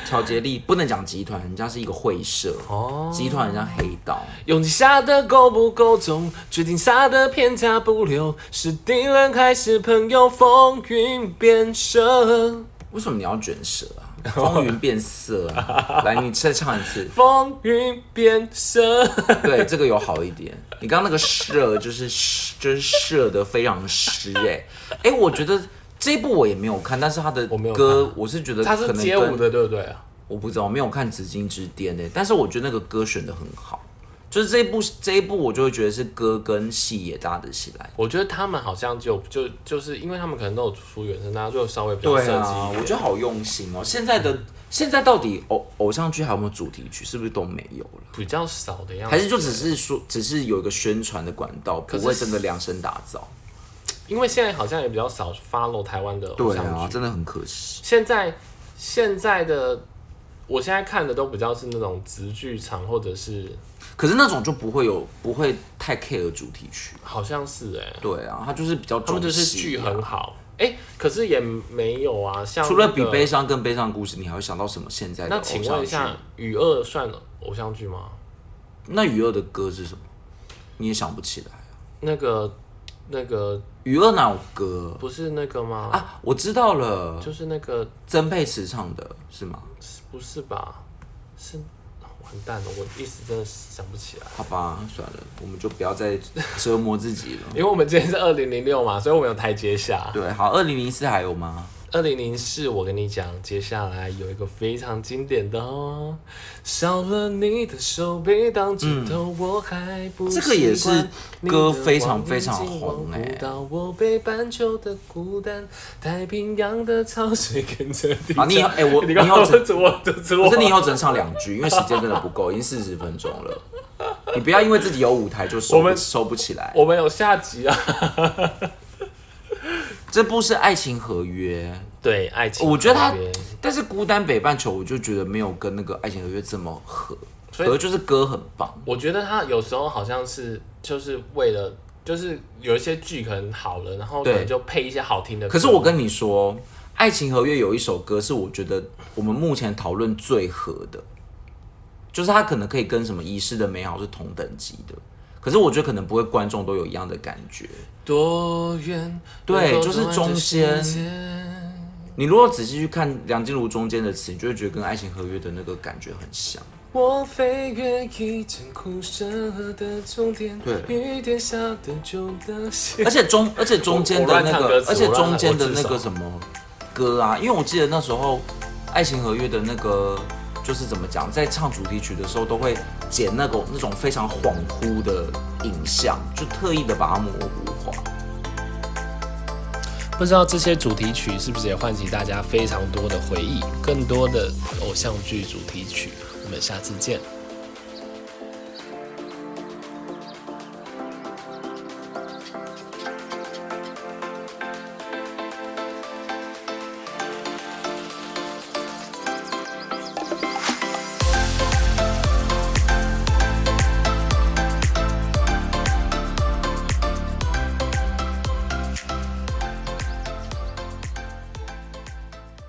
Speaker 2: 乔杰利不能讲集团，人家是一个会社，
Speaker 1: 哦，
Speaker 2: 集团很像黑道。
Speaker 1: 勇气下的够不够重，决定下的片甲不留，是敌人还是朋友，风云变色，
Speaker 2: 为什么你要卷舌 啊？风云变色啊！来，你再唱一次。
Speaker 1: 风云变色。
Speaker 2: 对，这个有好一点。你刚刚那个射就是就是射的非常湿哎、欸、哎、我觉得这一部我也没有看，但是他的
Speaker 1: 我没有
Speaker 2: 歌我是觉得
Speaker 1: 他
Speaker 2: 可
Speaker 1: 是
Speaker 2: 能
Speaker 1: 街舞
Speaker 2: 跟
Speaker 1: 的，对不对啊？
Speaker 2: 我不知道，我没有看《紫禁之巅》哎，但是我觉得那个歌选的很好，就是这一部这一部我就会觉得是歌跟戏也搭得起来。
Speaker 1: 我觉得他们好像就就就是因为他们可能都有出原声，大家就稍微比较
Speaker 2: 对
Speaker 1: 设计
Speaker 2: 啊，
Speaker 1: 一
Speaker 2: 我
Speaker 1: 点。
Speaker 2: 觉得好用心哦。现在的现在到底偶偶像剧还有没有主题曲？是不是都没有了？
Speaker 1: 比较少的样
Speaker 2: 还
Speaker 1: 子，
Speaker 2: 是就只是说，只是有一个宣传的管道，不会真的量身打造。
Speaker 1: 因为现在好像也比较少 follow 台湾的偶
Speaker 2: 对
Speaker 1: 像剧
Speaker 2: 啊，。真的很可惜。
Speaker 1: 现在现在的我现在看的都比较是那种直剧场，或者是
Speaker 2: 可是那种就不会有不会太 care 主题曲。
Speaker 1: 好像是哎、
Speaker 2: 对啊，它就是比较
Speaker 1: 他
Speaker 2: 重
Speaker 1: 们就是
Speaker 2: 戏
Speaker 1: 剧很好。哎、可是也没有啊，像、
Speaker 2: 除了比悲，伤更悲伤的故事，你还会想到什么现在的
Speaker 1: 那
Speaker 2: 偶像
Speaker 1: 请
Speaker 2: 剧？
Speaker 1: 问一下，《雨二》算偶像剧吗？
Speaker 2: 那余二的歌是什么？你也想不起来。
Speaker 1: 那个那个
Speaker 2: 余二哪有歌啊
Speaker 1: 不是那个吗？
Speaker 2: 啊？我知道了，
Speaker 1: 就是那个
Speaker 2: 曾沛慈唱的是吗？
Speaker 1: 不是吧？是完蛋了，我一时真的想不起来。
Speaker 2: 好吧，算了，我们就不要再折磨自己了。
Speaker 1: 因为我们今天是二零零六嘛，所以我们有台阶下。
Speaker 2: 对，好，二零零四还 有吗？
Speaker 1: 二零零四，我跟你讲，接下来有一个非常经典的哦，少了你的手臂当指头，我还不
Speaker 2: 嗯这个也是
Speaker 1: 习惯你的
Speaker 2: 歌非常
Speaker 1: 谎言
Speaker 2: 非常
Speaker 1: 紧握
Speaker 2: 红
Speaker 1: 不
Speaker 2: 哎
Speaker 1: 到我北半球的孤单，太平洋的潮水跟着地
Speaker 2: 啊你以后
Speaker 1: 震
Speaker 2: 哎 我
Speaker 1: 你刚
Speaker 2: 你以后
Speaker 1: 刚
Speaker 2: 整
Speaker 1: 指我指指我，
Speaker 2: 可是你以后只能唱两句，因为时间真的不够，已经四十分钟了。你不要因为自己有舞台就收
Speaker 1: 我
Speaker 2: 不
Speaker 1: 们
Speaker 2: 收不起来。
Speaker 1: 我们有下集啊。
Speaker 2: 这部是《爱情合约
Speaker 1: 对，爱》，情，
Speaker 2: 我觉得它
Speaker 1: 特别，
Speaker 2: 但是《孤单北半球》我就觉得没有跟那个《爱情合约》这么合，
Speaker 1: 所以
Speaker 2: 合就是歌很棒。
Speaker 1: 我觉得他有时候好像是就是为了，就是有一些剧可能好了，然后可
Speaker 2: 对
Speaker 1: 能就配一些好听的歌。
Speaker 2: 可是我跟你说，《爱情合约》有一首歌是我觉得我们目前讨论最合的，就是它可能可以跟什么《遗失的美好》是同等级的。可是我觉得可能不会，观众都有一样的感觉。
Speaker 1: 多远？
Speaker 2: 对
Speaker 1: 能够
Speaker 2: 就是中间
Speaker 1: 走完这世界
Speaker 2: 你如果仔细去看梁静茹中间的词，你就会觉得跟《爱情合约》的那个感觉很像。
Speaker 1: 我飞越一阵苦涩的终点，
Speaker 2: 对
Speaker 1: 雨点下的就的心
Speaker 2: 而。且中而且中间的那
Speaker 1: 我我乱唱歌
Speaker 2: 个，
Speaker 1: 词
Speaker 2: 而且中间的
Speaker 1: 我乱唱
Speaker 2: 那
Speaker 1: 我
Speaker 2: 个
Speaker 1: 至
Speaker 2: 什么歌啊，因为我记得那时候《爱情合约》的那个就是怎么讲，在唱主题曲的时候都会剪那种那种非常恍惚的影像，就特意的把它模糊化。
Speaker 1: 不知道这些主题曲是不是也唤起大家非常多的回忆，更多的偶像剧主题曲。我们下次见，